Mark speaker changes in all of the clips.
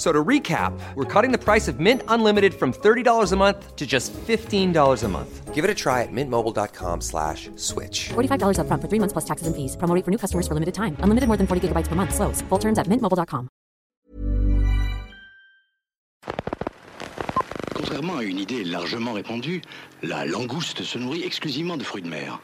Speaker 1: So to recap, we're cutting the price of Mint Unlimited from $30 a month to just $15 a month. Give it a try at mintmobile.com slash switch.
Speaker 2: $45 up front for three months plus taxes and fees. Promo rate for new customers for limited time. Unlimited more than 40 gigabytes per month. Slows. Full terms at mintmobile.com.
Speaker 3: Contrairement à une idée largement répandue, la langouste se nourrit exclusivement de fruits de mer.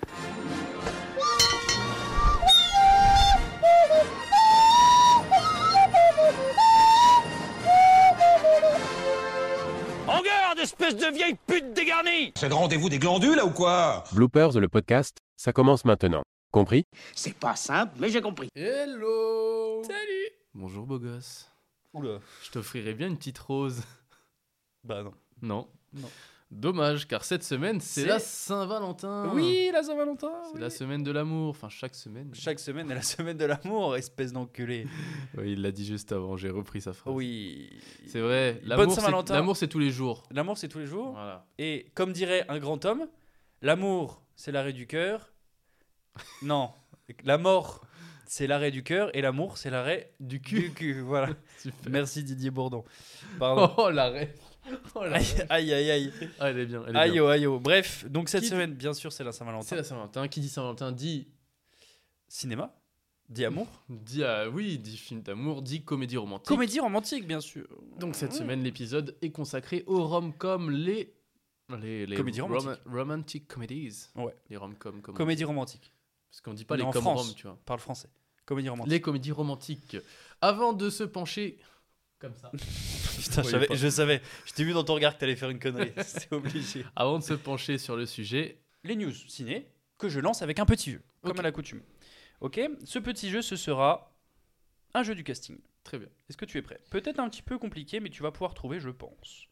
Speaker 4: En garde, espèce de vieille pute dégarnie
Speaker 5: C'est le rendez-vous des glandules, là, ou quoi
Speaker 6: Bloopers, le podcast, ça commence maintenant. Compris
Speaker 4: C'est pas simple, mais j'ai compris.
Speaker 7: Hello
Speaker 8: Salut
Speaker 7: Bonjour beau gosse.
Speaker 8: Oula.
Speaker 7: Je t'offrirais bien une petite rose.
Speaker 8: Bah non.
Speaker 7: Non.
Speaker 8: Non.
Speaker 7: Dommage, car cette semaine, c'est
Speaker 8: C'est-
Speaker 7: la Saint-Valentin.
Speaker 8: Oui, la Saint-Valentin
Speaker 7: C'est
Speaker 8: oui.
Speaker 7: la semaine de l'amour. Enfin, chaque semaine.
Speaker 8: Chaque semaine est la semaine de l'amour, espèce d'enculé.
Speaker 7: Oui, il l'a dit juste avant, j'ai repris sa phrase.
Speaker 8: Oui.
Speaker 7: C'est vrai,
Speaker 8: Bonne
Speaker 7: l'amour, c'est-
Speaker 8: Saint-Valentin.
Speaker 7: l'amour, c'est tous les jours.
Speaker 8: L'amour, c'est tous les jours.
Speaker 7: Voilà.
Speaker 8: Et comme dirait un grand homme, l'amour, c'est l'arrêt du cœur. Non, la mort, c'est l'arrêt du cœur. Et l'amour, c'est l'arrêt
Speaker 7: Du cul.
Speaker 8: du cul. Voilà.
Speaker 7: Super.
Speaker 8: Merci Didier Bourdon. Pardon.
Speaker 7: Oh, la rêve. Oh, la
Speaker 8: Aïe,
Speaker 7: rêve.
Speaker 8: aïe, aïe. aïe.
Speaker 7: Ah, elle est bien. elle est
Speaker 8: Aïe,
Speaker 7: bien.
Speaker 8: oh, aïe, oh. Bref, donc cette
Speaker 7: Qui-
Speaker 8: semaine, bien sûr, c'est la Saint-Valentin.
Speaker 7: C'est la Saint-Valentin. Qui dit Saint-Valentin dit.
Speaker 8: Cinéma, dit amour.
Speaker 7: dit ah, oui, dit film d'amour, dit comédie romantique.
Speaker 8: Comédie romantique, bien sûr.
Speaker 7: Donc cette semaine, l'épisode est consacré aux rom-com, les... Les, les
Speaker 8: Comédies
Speaker 7: rom-
Speaker 8: romantiques.
Speaker 7: romantic comedies.
Speaker 8: Ouais.
Speaker 7: Les rom-com, comme on
Speaker 8: Comédie
Speaker 7: dit.
Speaker 8: romantique,
Speaker 7: Parce qu'on dit pas
Speaker 8: Mais
Speaker 7: les
Speaker 8: en
Speaker 7: com-rom,
Speaker 8: France.
Speaker 7: tu vois.
Speaker 8: parle français. Comédie romantique.
Speaker 7: Les comédies romantiques. Avant de se pencher... Comme ça.
Speaker 8: Putain, je
Speaker 7: Croyez
Speaker 8: savais,
Speaker 7: pas.
Speaker 8: je savais. Je t'ai vu dans ton regard que t'allais faire une connerie. C'est obligé.
Speaker 7: Avant de se pencher sur le sujet,
Speaker 8: Les news ciné que je lance avec un petit jeu,
Speaker 7: Ok.
Speaker 8: comme à la coutume. Ok, ce petit jeu, ce sera un jeu du casting.
Speaker 7: très bien.
Speaker 8: Est-ce que tu es prêt Peut-être un petit peu compliqué, mais tu vas pouvoir trouver, je pense.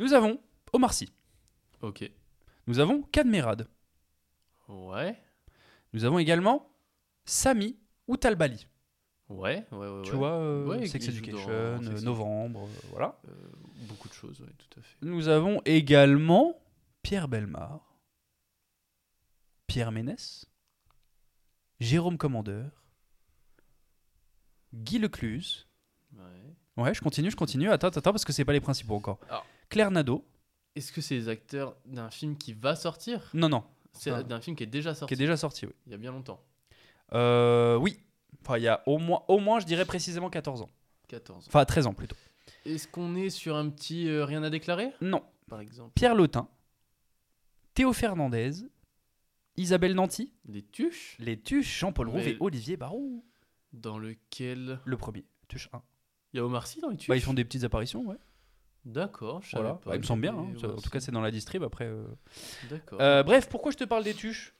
Speaker 8: Nous avons Omar Sy.
Speaker 7: Ok.
Speaker 8: Nous avons Cadmerad.
Speaker 7: Ouais.
Speaker 8: Nous avons également Sami ou Talbali.
Speaker 7: Ouais, ouais, ouais.
Speaker 8: Tu
Speaker 7: Bah ouais.
Speaker 8: vois, euh,
Speaker 7: Ouais,
Speaker 8: Sex
Speaker 7: il joue dans
Speaker 8: Education,
Speaker 7: Sex
Speaker 8: euh, Novembre, euh, voilà.
Speaker 7: Euh, beaucoup de choses, ouais, tout à fait.
Speaker 8: Nous avons également Pierre Belmar, Pierre Ménès, Jérôme Commandeur, Guy Lecluse.
Speaker 7: Ouais.
Speaker 8: Ouais, je continue, je continue. Attends, attends, parce que c'est pas les principaux encore.
Speaker 7: Alors.
Speaker 8: Claire Nadeau.
Speaker 7: Est-ce que c'est les acteurs d'un film qui va sortir
Speaker 8: Non, non,
Speaker 7: C'est
Speaker 8: Ah.
Speaker 7: d'un film qui est déjà
Speaker 8: qui
Speaker 7: sorti
Speaker 8: est déjà sorti, oui.
Speaker 7: il y a bien longtemps.
Speaker 8: Euh, oui. Enfin, il y a au moins, au moins, je dirais précisément 14 ans.
Speaker 7: 14 ans.
Speaker 8: Enfin, 13 ans plutôt.
Speaker 7: Est-ce qu'on est sur un petit euh, rien à déclarer,
Speaker 8: Non.
Speaker 7: par exemple
Speaker 8: Pierre Lotin, Théo Fernandez, Isabelle Nanty,
Speaker 7: Les tuches
Speaker 8: les Tuches, Jean-Paul Rouve
Speaker 7: Mais-
Speaker 8: et Olivier Barou.
Speaker 7: Dans lequel
Speaker 8: Le premier, Tuche 1.
Speaker 7: Il y a Omar Sy dans les tuches
Speaker 8: Bah, ils font des petites apparitions, ouais.
Speaker 7: D'accord, je savais
Speaker 8: Voilà.
Speaker 7: pas.
Speaker 8: Bah, il me semble bien. hein.
Speaker 7: Omar
Speaker 8: Ça, En tout
Speaker 7: Sy.
Speaker 8: cas, c'est dans la distrib après. euh.
Speaker 7: D'accord.
Speaker 8: Euh, bref, pourquoi je te parle des tuches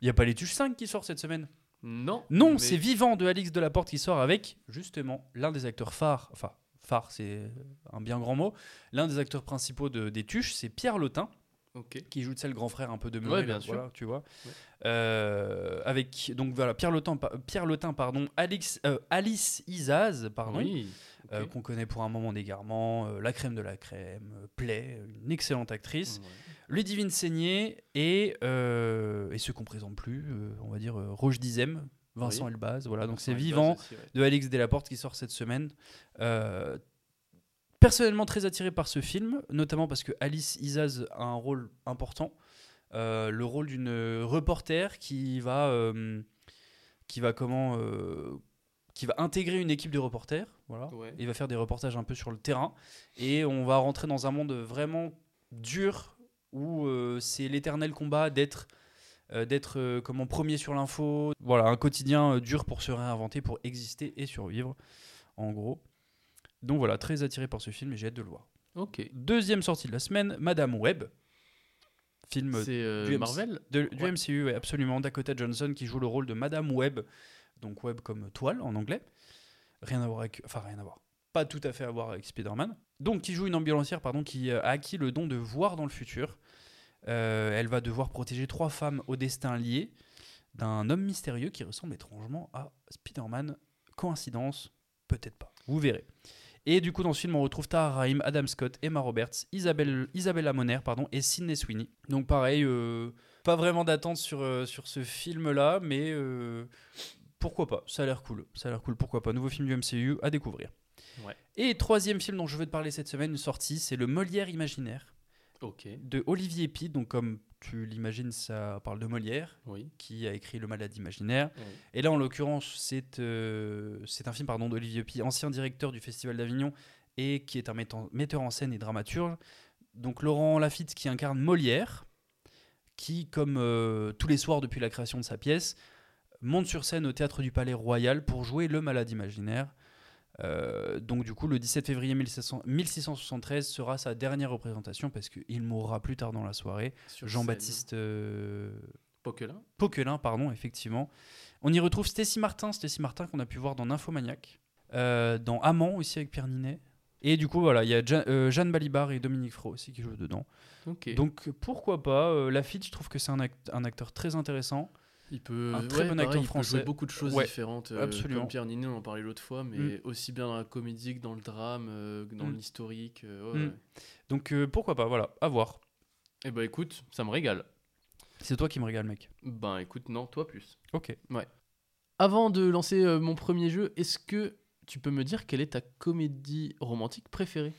Speaker 8: Il n'y a pas les tuches 5 qui sort cette semaine.
Speaker 7: Non.
Speaker 8: Non,
Speaker 7: mais-
Speaker 8: c'est Vivant de Alix Delaporte qui sort avec, justement, l'un des acteurs phares. Enfin, phare, c'est un bien grand mot. L'un des acteurs principaux de, des tuches, c'est Pierre Lotin,
Speaker 7: Ok.
Speaker 8: qui joue de ça le grand frère un peu de
Speaker 7: Ouais,
Speaker 8: Murray,
Speaker 7: bien
Speaker 8: là,
Speaker 7: sûr.
Speaker 8: voilà, tu vois.
Speaker 7: Ouais.
Speaker 8: Euh, avec, donc voilà, Pierre Lotin, pa- Pierre Lotin pardon, Alix, euh, Alice Isaz, pardon.
Speaker 7: Oui. ok.
Speaker 8: Ah euh, qu'on connaît pour un moment d'égarement, euh, la crème de la crème, euh, Play, une excellente actrice,
Speaker 7: Ouais.
Speaker 8: Ludivine Seigné et, euh, et ceux qu'on présente plus, euh, on va dire euh, Roche Dizem, Vincent
Speaker 7: Oui.
Speaker 8: Elbaz, voilà, donc
Speaker 7: Vincent
Speaker 8: c'est
Speaker 7: Elbaz
Speaker 8: Vivant
Speaker 7: aussi, ouais.
Speaker 8: de Alix Delaporte qui sort cette semaine. Euh, personnellement très attiré par ce film, notamment parce que Alice Isaz a un rôle important, euh, le rôle d'une euh, reporter qui va, euh, qui va comment, euh, qui va intégrer une équipe de reporters, voilà.
Speaker 7: Ouais.
Speaker 8: Il va faire des reportages un peu sur le terrain. Et on va rentrer dans un monde vraiment dur où euh, c'est l'éternel combat d'être euh, d'être euh, comment premier sur l'info. Voilà, un quotidien euh, dur pour se réinventer, pour exister et survivre, en gros. Donc voilà, très attiré par ce film et j'ai hâte de le voir.
Speaker 7: Ok.
Speaker 8: Deuxième sortie de la semaine, Madame Webb. Film
Speaker 7: C'est euh,
Speaker 8: du MC.
Speaker 7: Marvel
Speaker 8: de- du
Speaker 7: Ouais.
Speaker 8: MCU, ouais, absolument. Dakota Johnson qui joue le rôle de Madame Webb, donc Webb comme toile en anglais. Rien à voir avec. Enfin, rien à voir. Pas tout à fait à voir avec Spider-Man. Donc, qui joue une ambulancière, pardon, qui euh, a acquis le don de voir dans le futur. Euh, elle va devoir protéger trois femmes au destin lié d'un homme mystérieux qui ressemble étrangement à Spider-Man. Coïncidence Peut-être pas. Vous verrez. Et du coup, dans ce film, on retrouve Tahar Rahim, Adam Scott, Emma Roberts, Isabelle, Isabella Moner pardon, et Sidney Sweeney. Donc pareil, euh, pas vraiment d'attente sur, euh, sur ce film-là, mais euh, pourquoi pas Ça a l'air cool. Ça a l'air cool, pourquoi pas Nouveau film du MCU à découvrir.
Speaker 7: Ouais.
Speaker 8: Et troisième film dont je veux te parler cette semaine, une sortie, c'est Le Molière Imaginaire
Speaker 7: Ok,
Speaker 8: de Olivier Pide. Donc comme tu l'imagines, ça parle de Molière
Speaker 7: oui.
Speaker 8: qui a écrit Le Malade Imaginaire.
Speaker 7: Oui.
Speaker 8: Et là, en l'occurrence, c'est euh, c'est un film pardon d'Olivier Pie, ancien directeur du Festival d'Avignon et qui est un metteur- metteur en scène et dramaturge. Donc Laurent Lafitte qui incarne Molière, qui, comme euh, tous les soirs depuis la création de sa pièce, monte sur scène au Théâtre du Palais Royal pour jouer Le Malade Imaginaire. Euh, donc du coup, le 17 février 1700 1673 sera sa dernière représentation parce qu'il mourra plus tard dans la soirée.
Speaker 7: Sur
Speaker 8: Jean-Baptiste euh,
Speaker 7: scène. Poquelin.
Speaker 8: Poquelin, pardon, effectivement. On y retrouve Stacy Martin, Stacy Martin qu'on a pu voir dans Nymphomaniac, euh, dans Amant aussi avec Pierre Ninet. Et du coup, voilà, il y a Ja- euh, Jeanne Balibar et Dominique Fro aussi qui jouent dedans.
Speaker 7: Ok.
Speaker 8: Donc pourquoi pas euh, Lafitte, je trouve que c'est un, act- un acteur très intéressant.
Speaker 7: il peut,
Speaker 8: un très bon acteur
Speaker 7: il peut
Speaker 8: français.
Speaker 7: jouer beaucoup de choses
Speaker 8: Ouais,
Speaker 7: différentes. euh,
Speaker 8: absolument.
Speaker 7: Comme Pierre Ninet, on en parlait l'autre fois, mais aussi bien dans la comédie que dans le drame, euh, que dans
Speaker 8: Mm.
Speaker 7: l'historique. euh, ouais,
Speaker 8: Mm.
Speaker 7: ouais.
Speaker 8: Donc euh, pourquoi pas, voilà, à voir.
Speaker 7: Eh ben écoute, ça me régale.
Speaker 8: C'est toi qui me régale, mec.
Speaker 7: Ben écoute, non, toi plus.
Speaker 8: Ok.
Speaker 7: Avant de lancer euh, mon premier jeu, est-ce que tu peux me dire quelle est ta comédie romantique préférée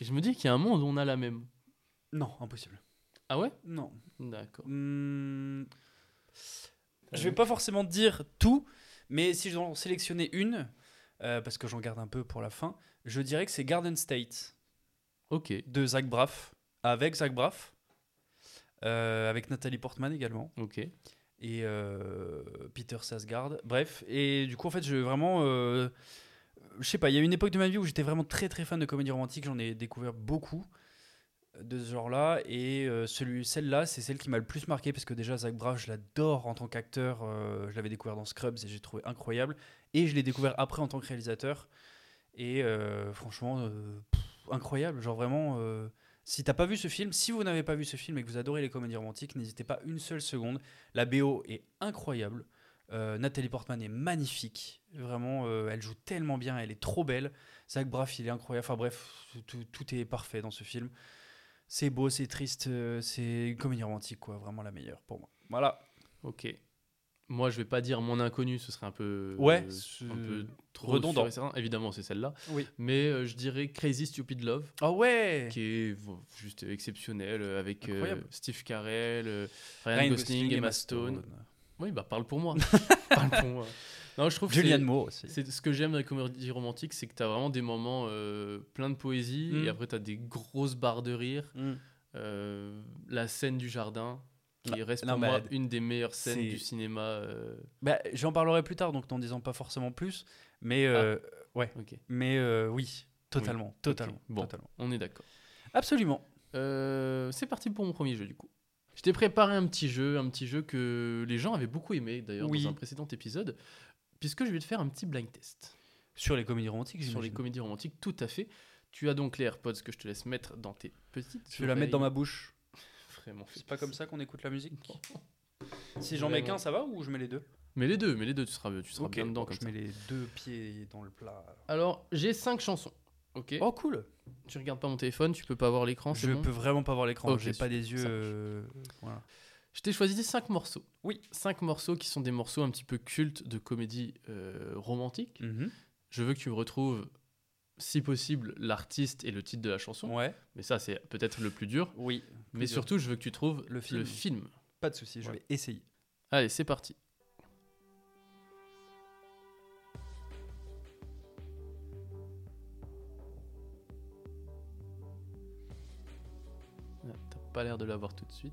Speaker 7: Et je me dis qu'il y a un monde où on a la même.
Speaker 8: Non, impossible.
Speaker 7: Ah ouais
Speaker 8: Non.
Speaker 7: D'accord.
Speaker 8: Hmm. Je vais pas forcément dire tout, mais si je dois en sélectionner une, euh, parce que j'en garde un peu pour la fin, je dirais que c'est Garden State
Speaker 7: Ok.
Speaker 8: de Zach Braff, avec Zach Braff, euh, avec Nathalie Portman également,
Speaker 7: Ok.
Speaker 8: et euh, Peter Sasgard. Bref, et du coup, en fait, je vraiment. euh, je sais pas, il y a une époque de ma vie où j'étais vraiment très très fan de comédie romantique, j'en ai découvert beaucoup de ce genre-là. Et euh, celui, celle-là, c'est celle qui m'a le plus marqué parce que déjà, Zach Braff, je l'adore en tant qu'acteur. euh, je l'avais découvert dans Scrubs et j'ai trouvé incroyable. Et je l'ai découvert après en tant que réalisateur. Et euh, franchement, euh, pff, incroyable. Genre vraiment, euh, si t'as pas vu ce film, si vous n'avez pas vu ce film et que vous adorez les comédies romantiques, n'hésitez pas une seule seconde. La BO est incroyable. Euh, Nathalie Portman est magnifique, vraiment, euh, elle joue tellement bien, elle est trop belle. Zach Braff, il est incroyable. Enfin bref, tout- tout est parfait dans ce film. C'est beau, c'est triste, euh, c'est une comédie romantique, quoi. Vraiment la meilleure pour moi. Voilà.
Speaker 7: Ok. Moi, je vais pas dire mon inconnu, ce serait un peu.
Speaker 8: Ouais,
Speaker 7: euh,
Speaker 8: ce-
Speaker 7: un peu trop
Speaker 8: redondant.
Speaker 7: sûr et certain. Évidemment, c'est celle-là.
Speaker 8: Oui.
Speaker 7: Mais euh, je dirais Crazy Stupid Love,
Speaker 8: Ah ouais
Speaker 7: qui est vo- juste exceptionnel euh, avec euh,
Speaker 8: Incroyable.
Speaker 7: Steve Carell, euh, Ryan, Gosling, Emma Stone. Oui, bah parle pour moi. parle pour moi. Non, je trouve que
Speaker 8: Julianne
Speaker 7: c'est-
Speaker 8: Moore aussi.
Speaker 7: C'est ce que j'aime dans les comédies romantiques, c'est que tu as vraiment des moments euh, pleins de poésie
Speaker 8: Mm.
Speaker 7: et après tu as des grosses barres de rire.
Speaker 8: Mm.
Speaker 7: Euh, la scène du jardin, qui
Speaker 8: Bah,
Speaker 7: reste
Speaker 8: non,
Speaker 7: pour
Speaker 8: mais
Speaker 7: moi
Speaker 8: elle-
Speaker 7: une des meilleures scènes
Speaker 8: c'est-
Speaker 7: du cinéma. euh,
Speaker 8: Bah, J'en parlerai plus tard, donc n'en disant pas forcément plus. Mais, euh,
Speaker 7: Ok,
Speaker 8: mais euh, oui, totalement, totalement,
Speaker 7: Ah. ok. Bon.
Speaker 8: totalement.
Speaker 7: on est d'accord.
Speaker 8: Absolument.
Speaker 7: Euh, c'est parti pour mon premier jeu du coup. Je t'ai préparé un petit jeu, un petit jeu que les gens avaient beaucoup aimé d'ailleurs
Speaker 8: Oui.
Speaker 7: dans un précédent épisode, puisque je vais te faire un petit blind test
Speaker 8: Sur les comédies romantiques,
Speaker 7: sur les
Speaker 8: j'imagine.
Speaker 7: comédies romantiques, tout à fait. Tu as donc les AirPods que je te laisse mettre dans tes petites.
Speaker 8: Je vais la mettre dans ma bouche.
Speaker 7: Vraiment.
Speaker 8: C'est pas comme ça qu'on écoute la musique.
Speaker 7: Non.
Speaker 8: Si j'en mets
Speaker 7: Vraiment.
Speaker 8: qu'un, ça va ou je mets les deux
Speaker 7: Mais les deux, mais les deux, tu seras, tu seras
Speaker 8: Ok,
Speaker 7: bien dedans
Speaker 8: bon,
Speaker 7: comme
Speaker 8: Je
Speaker 7: ça.
Speaker 8: mets les deux pieds dans le plat.
Speaker 7: Alors, j'ai cinq chansons. Ok.
Speaker 8: Oh cool
Speaker 7: Tu regardes pas mon téléphone, tu peux pas voir l'écran, c'est
Speaker 8: Je
Speaker 7: bon.
Speaker 8: peux vraiment pas voir l'écran,
Speaker 7: Ok,
Speaker 8: j'ai pas
Speaker 7: super,
Speaker 8: des yeux.
Speaker 7: ça marche.
Speaker 8: euh, voilà.
Speaker 7: Je t'ai choisi cinq morceaux.
Speaker 8: Oui.
Speaker 7: Cinq morceaux qui sont des morceaux un petit peu cultes de comédie euh, romantique.
Speaker 8: Mhm.
Speaker 7: Je veux que tu me retrouves, si possible, l'artiste et le titre de la chanson.
Speaker 8: Ouais.
Speaker 7: Mais ça, c'est peut-être le plus dur.
Speaker 8: Oui.
Speaker 7: mais
Speaker 8: dur.
Speaker 7: surtout, je veux que tu trouves
Speaker 8: Le film. Pas de souci, je
Speaker 7: Ouais.
Speaker 8: vais essayer.
Speaker 7: Allez, c'est parti. Ah, T'as pas l'air de l'avoir tout de suite.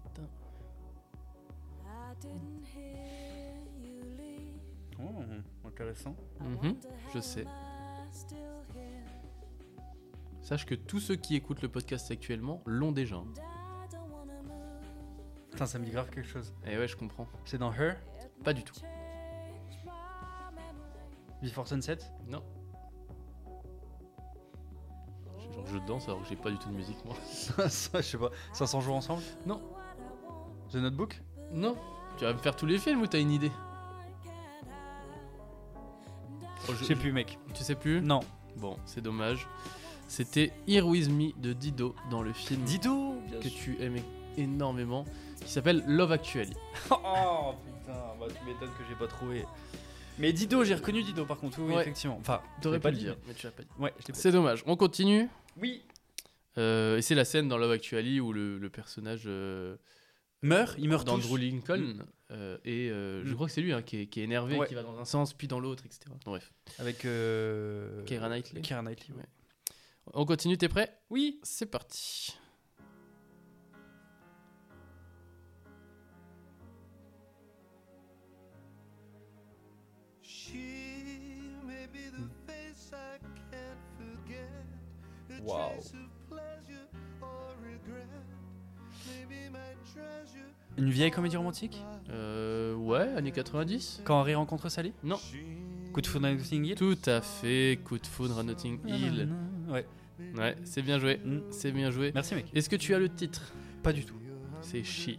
Speaker 8: Oh, intéressant.
Speaker 7: Mhm, je sais. Sache que tous ceux qui écoutent le podcast actuellement l'ont déjà.
Speaker 8: Putain, ça me dit grave quelque chose.
Speaker 7: Et Eh ouais, je comprends.
Speaker 8: C'est dans Her,
Speaker 7: Pas du tout.
Speaker 8: Before Sunset
Speaker 7: Non. Je- Genre, je danse alors que j'ai pas du tout de musique, moi.
Speaker 8: Ça, je sais pas. 500 jours ensemble
Speaker 7: Non.
Speaker 8: The Notebook
Speaker 7: Non. Tu vas me faire tous les films ou t'as une idée
Speaker 8: Je sais plus, mec.
Speaker 7: Oh, Tu sais plus
Speaker 8: Non.
Speaker 7: Bon, c'est dommage. C'était Here With Me de Dido dans le film
Speaker 8: Dido
Speaker 7: que tu aimais énormément qui s'appelle Love Actually.
Speaker 8: Oh putain, bah, tu m'étonnes que j'ai pas trouvé. Mais Dido, j'ai reconnu Dido par contre, oui,
Speaker 7: Ouais.
Speaker 8: effectivement. Enfin,
Speaker 7: T'aurais
Speaker 8: je l'ai pas
Speaker 7: pu le
Speaker 8: dit,
Speaker 7: dire, mais tu l'as pas dit.
Speaker 8: mais- Ouais, je l'ai pas
Speaker 7: C'est dommage. On continue.
Speaker 8: dit. Oui.
Speaker 7: Euh, et c'est la scène dans Love Actually où le, le personnage euh,
Speaker 8: Meurt, il meurt
Speaker 7: d'Andrew
Speaker 8: tous.
Speaker 7: Lincoln. euh, et euh, je
Speaker 8: Mm.
Speaker 7: crois que c'est lui hein, qui, est, qui est énervé,
Speaker 8: Ouais.
Speaker 7: qui va dans un sens, puis dans l'autre, etc. Bref.
Speaker 8: Avec. Euh...
Speaker 7: Keira Knightley.
Speaker 8: Keira Knightley, ouais.
Speaker 7: On continue, t'es prêt
Speaker 8: Oui.
Speaker 7: C'est parti.
Speaker 8: Waouh. Une vieille comédie romantique
Speaker 7: Euh, ouais, années 90
Speaker 8: Quand Harry rencontre Sally
Speaker 7: Non.
Speaker 8: Good for Nothing Hill
Speaker 7: Tout à fait, coup de foudre à Notting Hill.
Speaker 8: Ouais.
Speaker 7: Ouais, c'est bien joué,
Speaker 8: Mm.
Speaker 7: c'est bien joué.
Speaker 8: Merci, mec.
Speaker 7: Est-ce que tu as le titre
Speaker 8: Pas du tout.
Speaker 7: C'est She.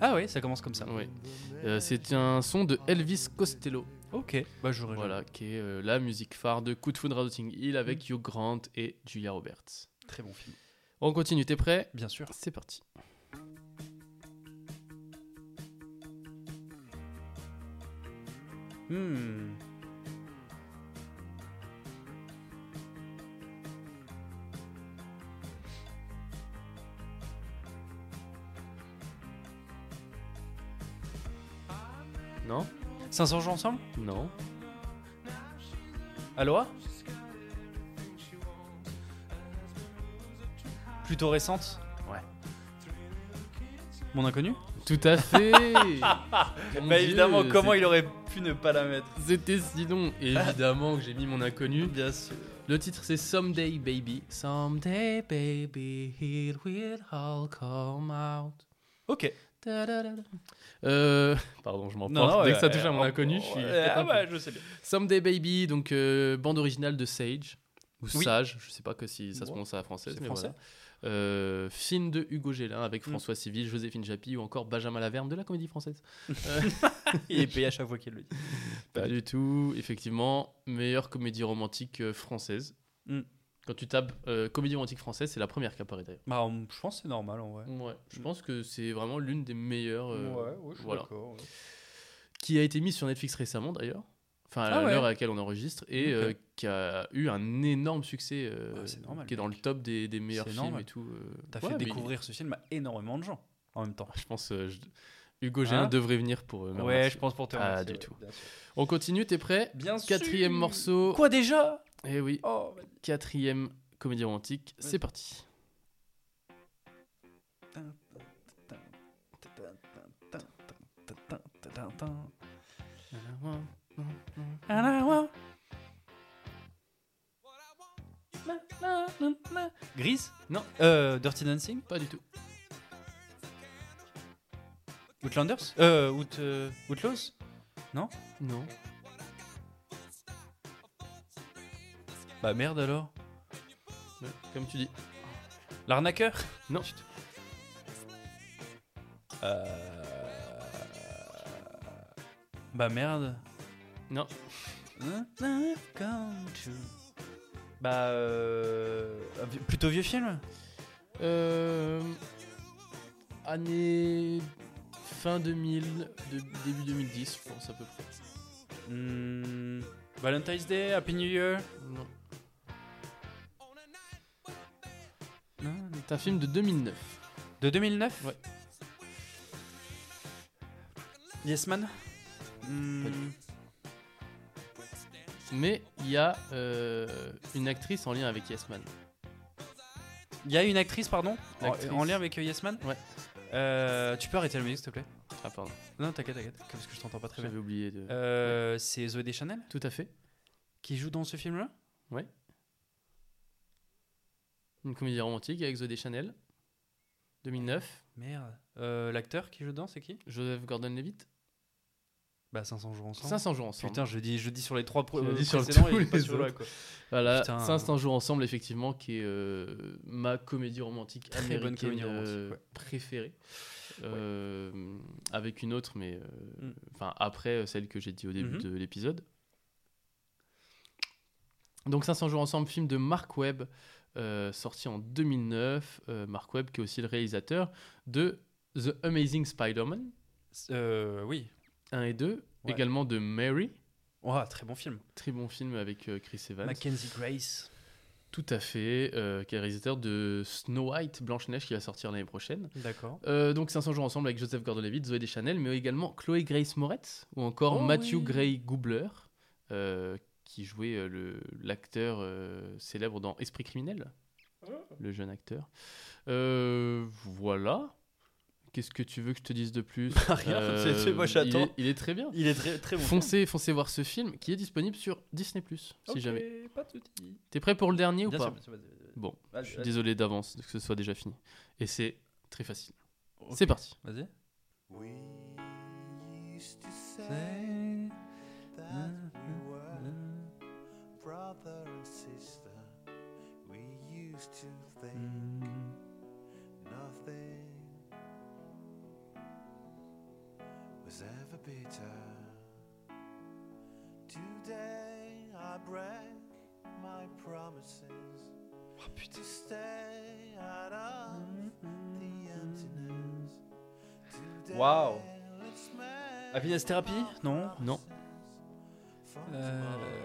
Speaker 8: Ah ouais, ça commence comme ça.
Speaker 7: Ouais. Euh, c'est un son de Elvis Costello,
Speaker 8: Ok. Bah, j'aurais.
Speaker 7: voilà, qui est euh, la musique phare de Coup de foudre à Notting Hill avec Hugh Grant et Julia Roberts.
Speaker 8: Très bon film.
Speaker 7: On continue, t'es prêt
Speaker 8: Bien sûr.
Speaker 7: C'est parti.
Speaker 8: Hmm.
Speaker 7: Non
Speaker 8: 500 jours ensemble
Speaker 7: Non.
Speaker 8: Aloha Plutôt récente Ouais. Mon inconnu
Speaker 7: Tout à fait Mon
Speaker 8: Bah évidemment,
Speaker 7: Dieu,
Speaker 8: comment
Speaker 7: c'est-
Speaker 8: il aurait pu ne pas la mettre
Speaker 7: C'était sinon, évidemment que j'ai mis mon inconnu.
Speaker 8: Bien sûr.
Speaker 7: Le titre c'est Someday Baby. Someday Baby, it will all come out.
Speaker 8: Ok.
Speaker 7: Da, da, da, da. Euh, pardon, je m'en
Speaker 8: Non,
Speaker 7: porte.
Speaker 8: non,
Speaker 7: Dès
Speaker 8: ouais,
Speaker 7: que ça touche à
Speaker 8: ouais,
Speaker 7: mon
Speaker 8: oh,
Speaker 7: inconnu,
Speaker 8: oh,
Speaker 7: je suis.
Speaker 8: ouais,
Speaker 7: peut-être
Speaker 8: Ah
Speaker 7: un peu.
Speaker 8: bah, je sais bien.
Speaker 7: Someday Baby, donc euh, bande originale de Sage ou
Speaker 8: Oui.
Speaker 7: Sage, je sais pas que si ça se
Speaker 8: Bon,
Speaker 7: prononce à la française,
Speaker 8: c'est
Speaker 7: mais
Speaker 8: français.
Speaker 7: voilà. Euh, film de Hugo Gélin avec
Speaker 8: Mm.
Speaker 7: François Civil, Joséphine Japy ou encore Benjamin Laverne de la comédie française.
Speaker 8: Il est payé à chaque fois qu'il le dit.
Speaker 7: Pas du tout, effectivement, meilleure comédie romantique euh, française.
Speaker 8: Mm.
Speaker 7: Quand tu tapes euh, comédie romantique française, c'est la première qui apparaît d'ailleurs.
Speaker 8: Bah, on- je pense que c'est normal en vrai.
Speaker 7: Ouais, je
Speaker 8: Mm.
Speaker 7: pense que c'est vraiment l'une des meilleures euh, voilà.
Speaker 8: d'accord. ouais.
Speaker 7: qui a été mise sur Netflix récemment d'ailleurs. Enfin, à
Speaker 8: Ah ouais.
Speaker 7: l'heure à laquelle on enregistre et
Speaker 8: Ok.
Speaker 7: euh, qui a eu un énorme succès, euh,
Speaker 8: Ah, c'est normal,
Speaker 7: qui est dans le top des, des meilleurs
Speaker 8: C'est
Speaker 7: films
Speaker 8: normal.
Speaker 7: et tout. euh.
Speaker 8: T'as
Speaker 7: Ouais,
Speaker 8: fait
Speaker 7: mais
Speaker 8: découvrir ce film à énormément de gens en même temps.
Speaker 7: Je pense euh, je- Hugo Gélin
Speaker 8: Hein
Speaker 7: devrait venir pour. euh, me
Speaker 8: Ouais,
Speaker 7: remercier.
Speaker 8: je pense pour te
Speaker 7: Pas
Speaker 8: remercier,
Speaker 7: du
Speaker 8: ouais,
Speaker 7: tout.
Speaker 8: bien sûr.
Speaker 7: On continue, t'es prêt
Speaker 8: Bien sûr.
Speaker 7: Quatrième morceau.
Speaker 8: Quoi déjà
Speaker 7: Eh oui,
Speaker 8: Oh,
Speaker 7: quatrième comédie romantique, c'est parti.
Speaker 8: Grise
Speaker 7: Non.
Speaker 8: Euh, Dirty Dancing
Speaker 7: Pas du tout.
Speaker 8: Outlanders Euh, Out, euh, Outlaws
Speaker 7: Non.
Speaker 8: Bah merde alors.
Speaker 7: Ouais, Comme tu dis.
Speaker 8: L'arnaqueur
Speaker 7: Non.
Speaker 8: Bah merde.
Speaker 7: Non.
Speaker 8: Bah euh, un vi- plutôt vieux film
Speaker 7: Euh, année fin 2000, de- début 2010, je pense à peu près.
Speaker 8: Hmm, Valentine's Day, Happy New Year.
Speaker 7: Non. C'est un film de 2009.
Speaker 8: De 2009
Speaker 7: Ouais.
Speaker 8: Yes Man Hmm,
Speaker 7: Mais il y a euh, une actrice en lien avec Yes Man.
Speaker 8: Il y a une actrice, pardon, en-
Speaker 7: L'actrice.
Speaker 8: En, lien avec euh, Yes Man
Speaker 7: Ouais.
Speaker 8: Euh, tu peux arrêter la musique, s'il te plaît
Speaker 7: Ah, pardon,
Speaker 8: Non, t'inquiète, t'inquiète, parce que je t'entends pas très bien.
Speaker 7: j'avais oublié de.
Speaker 8: Euh, c'est Zoé Deschanel
Speaker 7: Tout à fait.
Speaker 8: qui joue dans ce film-là
Speaker 7: Une comédie romantique avec Zodé Chanel. 2009.
Speaker 8: Merde. Euh, L'acteur qui joue dedans, c'est qui
Speaker 7: Joseph Gordon-Levitt.
Speaker 8: Bah 500 jours ensemble.
Speaker 7: 500 jours ensemble.
Speaker 8: Putain, je dis, je dis sur les trois pro-
Speaker 7: Tu l'as
Speaker 8: euh,
Speaker 7: dit sur
Speaker 8: précédents
Speaker 7: tous
Speaker 8: et pas
Speaker 7: les
Speaker 8: sur là,
Speaker 7: autres.
Speaker 8: quoi.
Speaker 7: Voilà,
Speaker 8: Putain.
Speaker 7: 500 jours ensemble, effectivement, qui est euh, ma comédie romantique
Speaker 8: Très bonne
Speaker 7: américaine
Speaker 8: comédie romantique,
Speaker 7: euh,
Speaker 8: ouais.
Speaker 7: préférée. Euh, Avec une autre, mais euh,
Speaker 8: Mm.
Speaker 7: enfin après euh, celle que j'ai dit au début
Speaker 8: Mhm.
Speaker 7: de l'épisode. Donc 500 jours ensemble, film de Mark Webb, euh, sorti en 2009. Euh, Mark Webb qui est aussi le réalisateur de The Amazing Spider-Man
Speaker 8: Euh, oui.
Speaker 7: 1 et 2,
Speaker 8: Ouais.
Speaker 7: également de Mary,
Speaker 8: Ouah, très bon film.
Speaker 7: très bon film avec euh, Chris Evans.
Speaker 8: Mackenzie Grace.
Speaker 7: Tout à fait, euh, qui est réalisateur de Snow White, Blanche-Neige, qui va sortir l'année prochaine.
Speaker 8: D'accord.
Speaker 7: Euh, donc 500 jours ensemble avec Joseph Gordon-Levitt, Zoé Deschanel, mais également Chloé Grace Moretz ou encore
Speaker 8: Oh
Speaker 7: Matthew
Speaker 8: oui.
Speaker 7: Gray Goobler, euh, qui jouait euh, le- l'acteur euh, célèbre dans Esprit criminel,
Speaker 8: Oh.
Speaker 7: le jeune acteur. Euh, voilà. Qu'est-ce que tu veux que je te dise de plus Euh,
Speaker 8: Rien, c'est- c'est- moi,
Speaker 7: il
Speaker 8: j'attends.
Speaker 7: est- Il, est très bien.
Speaker 8: Il est très, très bon.
Speaker 7: Foncez, foncez voir ce film qui est disponible sur Disney+, si jamais.
Speaker 8: Pas de soucis.
Speaker 7: T'es prêt pour le dernier ou
Speaker 8: Bien
Speaker 7: pas
Speaker 8: sûr, bien sûr, vas-y, vas-y.
Speaker 7: Bon,
Speaker 8: Vas-y,
Speaker 7: je suis
Speaker 8: vas-y.
Speaker 7: désolé d'avance que ce soit déjà fini. Et c'est très facile.
Speaker 8: Ok.
Speaker 7: C'est parti.
Speaker 8: Vas-y. Waouh. Happiness Therapy Non.
Speaker 7: Non.
Speaker 8: Euh,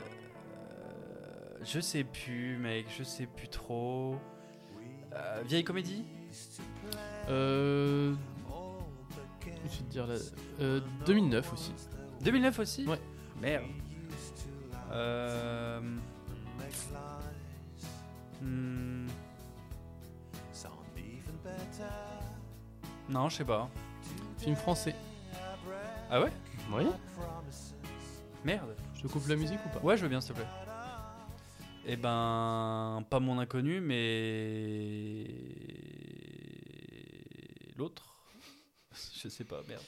Speaker 8: Je sais plus, mec, je sais plus trop. Euh, vieille comédie
Speaker 7: Euh... Je vais te dire là. euh, 2009 aussi.
Speaker 8: 2009 aussi
Speaker 7: Ouais.
Speaker 8: Merde. Euh... hmm. Non, je sais pas.
Speaker 7: Film français.
Speaker 8: Ah ouais
Speaker 7: Oui.
Speaker 8: Merde.
Speaker 7: Je te coupe la musique ou pas
Speaker 8: Ouais, je veux bien, s'il te plaît. Eh ben, pas mon inconnu, mais. L'autre Je sais pas, merde.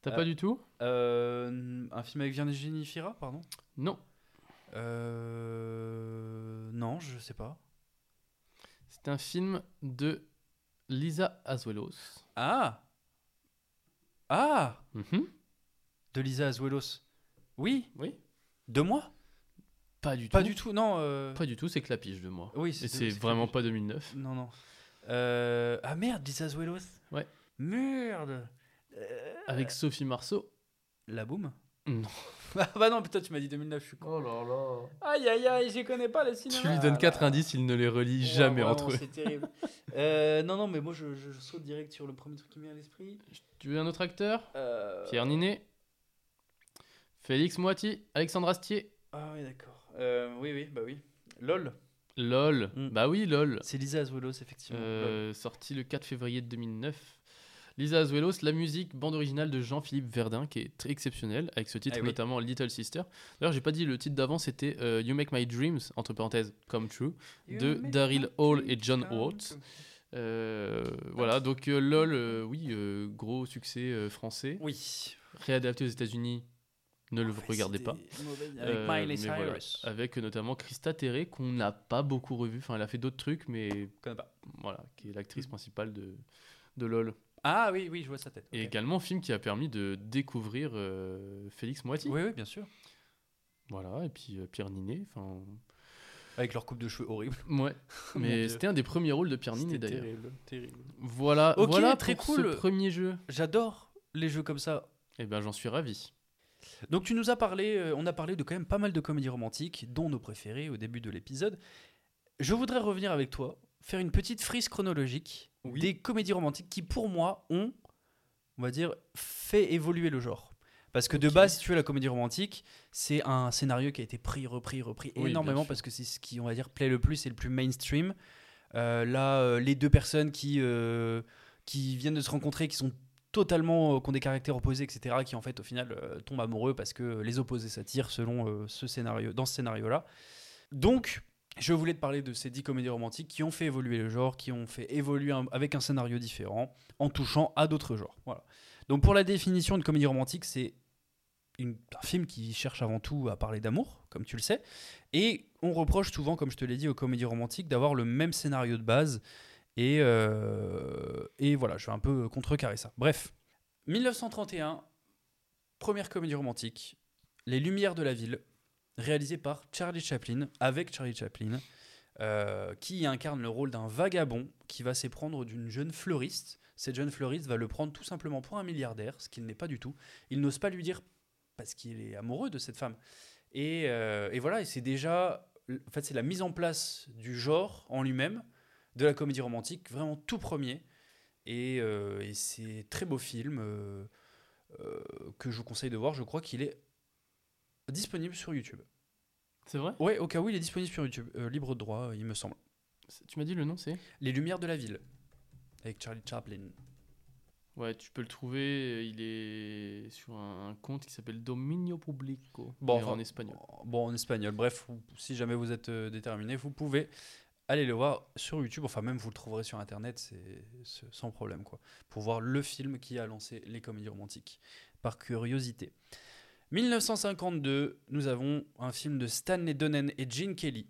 Speaker 7: T'as
Speaker 8: Euh.
Speaker 7: pas du tout
Speaker 8: Euh, un film avec Virginie Fira, pardon
Speaker 7: Non.
Speaker 8: Euh. Non, je sais pas.
Speaker 7: C'est un film de Lisa Azuelos.
Speaker 8: Ah Ah
Speaker 7: Mhm.
Speaker 8: De Lisa Azuelos. Oui
Speaker 7: Oui.
Speaker 8: De moi
Speaker 7: Pas du tout.
Speaker 8: Pas du tout, non. euh,
Speaker 7: Pas du tout, c'est Clapiche de moi.
Speaker 8: Oui,
Speaker 7: Et c'est vraiment pas 2009.
Speaker 8: Non, non. Euh, Ah merde, Lisa Azuelos
Speaker 7: Ouais.
Speaker 8: Merde Euh,
Speaker 7: Avec Sophie Marceau.
Speaker 8: La boum
Speaker 7: Non.
Speaker 8: Ah bah non, putain, tu m'as dit 2009, je suis con.
Speaker 7: Oh là là.
Speaker 8: Aïe aïe aïe, j'y connais pas les cinémas. Ah, bah.
Speaker 7: Tu lui donnes 4 indices, il ne les relie jamais entre eux.
Speaker 8: C'est terrible. Euh, non, non, mais moi je, je- je saute direct sur le premier truc qui me vient à l'esprit.
Speaker 7: Tu veux un autre acteur
Speaker 8: Euh,
Speaker 7: Pierre Ninet. Félix Moiti. Alexandre Astier.
Speaker 8: Ah oui, d'accord. Euh, oui, oui, bah oui. LOL.
Speaker 7: LOL.
Speaker 8: Mm.
Speaker 7: Bah oui, LOL.
Speaker 8: C'est Lisa Azuelos, effectivement. LOL.
Speaker 7: Euh, sorti le 4 février 2009. Lisa Azuelos, la musique, bande originale de Jean-Philippe Verdun, qui est très exceptionnelle, avec ce titre
Speaker 8: Ah oui.
Speaker 7: notamment Little Sister. D'ailleurs, j'ai pas dit le titre d'avant, c'était euh, You Make My Dreams, entre parenthèses, Come True, de Daryl Hall et John Watts. Euh, voilà, donc euh, LOL, euh, oui, euh, gros succès euh, français,
Speaker 8: Oui.
Speaker 7: réadapté aux États-Unis, ne
Speaker 8: Ah,
Speaker 7: le regardez pas.
Speaker 8: Avec
Speaker 7: Euh,
Speaker 8: Miley
Speaker 7: mais voilà.
Speaker 8: Cyrus.
Speaker 7: Avec euh, notamment Christa Terré, qu'on n'a pas beaucoup revu. Enfin, elle a fait d'autres trucs, mais
Speaker 8: Je connais pas.
Speaker 7: voilà, qui est l'actrice
Speaker 8: Mhm.
Speaker 7: principale de, de LOL.
Speaker 8: Ah oui, oui, je vois sa tête.
Speaker 7: Et
Speaker 8: Ok.
Speaker 7: également, film qui a permis de découvrir euh, Félix Moiti.
Speaker 8: Oui, oui, bien sûr.
Speaker 7: Voilà, et puis euh, Pierre Ninet. Enfin,
Speaker 8: Avec leur coupe de cheveux horrible.
Speaker 7: ouais. Mais
Speaker 8: Dieu.
Speaker 7: c'était un des premiers rôles de Pierre Ninet
Speaker 8: C'était
Speaker 7: d'ailleurs.
Speaker 8: terrible, terrible.
Speaker 7: Voilà,
Speaker 8: Ok,
Speaker 7: voilà
Speaker 8: très
Speaker 7: pour
Speaker 8: cool.
Speaker 7: ce premier jeu.
Speaker 8: J'adore les jeux comme ça.
Speaker 7: Eh ben, j'en suis ravi.
Speaker 8: Donc tu nous as parlé, euh, on a parlé de quand même pas mal de comédies romantiques, dont nos préférées au début de l'épisode. Je voudrais revenir avec toi, faire une petite frise chronologique
Speaker 7: Oui.
Speaker 8: des comédies romantiques qui pour moi ont, on va dire, fait évoluer le genre. Parce que de
Speaker 7: Ok.
Speaker 8: base, si tu veux, la comédie romantique, c'est un scénario qui a été pris, repris, repris
Speaker 7: Oui, bien
Speaker 8: énormément
Speaker 7: sûr.
Speaker 8: parce que c'est ce qui, on va dire, plaît le plus et le plus mainstream. Euh, là, euh, les deux personnes qui, euh, qui viennent de se rencontrer, qui sont totalement, euh, qui ont des caractères opposés, etc., qui en fait au final euh, tombent amoureux parce que les opposés s'attirent selon euh, ce scénario, dans ce scénario-là. Donc, je voulais te parler de ces dix comédies romantiques qui ont fait évoluer le genre, qui ont fait évoluer un- avec un scénario différent, en touchant à d'autres genres. Voilà. Donc, pour la définition de comédie romantique, c'est une- un film qui cherche avant tout à parler d'amour, comme tu le sais, et on reproche souvent, comme je te l'ai dit, aux comédies romantiques d'avoir le même scénario de base. Et, euh, et voilà, je vais un peu contrecarrer ça. Bref, 1931, première comédie romantique, Les Lumières de la Ville, réalisé par Charlie Chaplin, avec Charlie Chaplin, euh, qui incarne le rôle d'un vagabond qui va s'éprendre d'une jeune fleuriste. Cette jeune fleuriste va le prendre tout simplement pour un milliardaire, ce qu'il n'est pas du tout. Il n'ose pas lui dire parce qu'il est amoureux de cette femme. Et, euh, et voilà, et c'est déjà. En fait, c'est la mise en place du genre en lui-même, de la comédie romantique, vraiment tout premier. Et, euh, et c'est très beau film euh, euh, que je vous conseille de voir. Je crois qu'il est disponible sur YouTube.
Speaker 7: C'est vrai
Speaker 8: Ouais, au cas où, il est disponible sur YouTube. Euh, libre de droit, il me semble.
Speaker 7: C'est- Tu m'as dit le nom, c'est
Speaker 8: Les Lumières de la Ville, avec Charlie Chaplin.
Speaker 7: Ouais, tu peux le trouver. euh, Il est sur un, un compte qui s'appelle Dominio Publico.
Speaker 8: Bon,
Speaker 7: mais
Speaker 8: enfin,
Speaker 7: en espagnol.
Speaker 8: Euh, Bon, en espagnol. Bref, vous- si jamais vous êtes euh, déterminé, vous pouvez aller le voir sur YouTube. Enfin, même vous le trouverez sur Internet, c'est c'est sans problème, quoi. Pour voir le film qui a lancé les comédies romantiques, par curiosité. 1952, nous avons un film de Stanley Donen et Gene Kelly,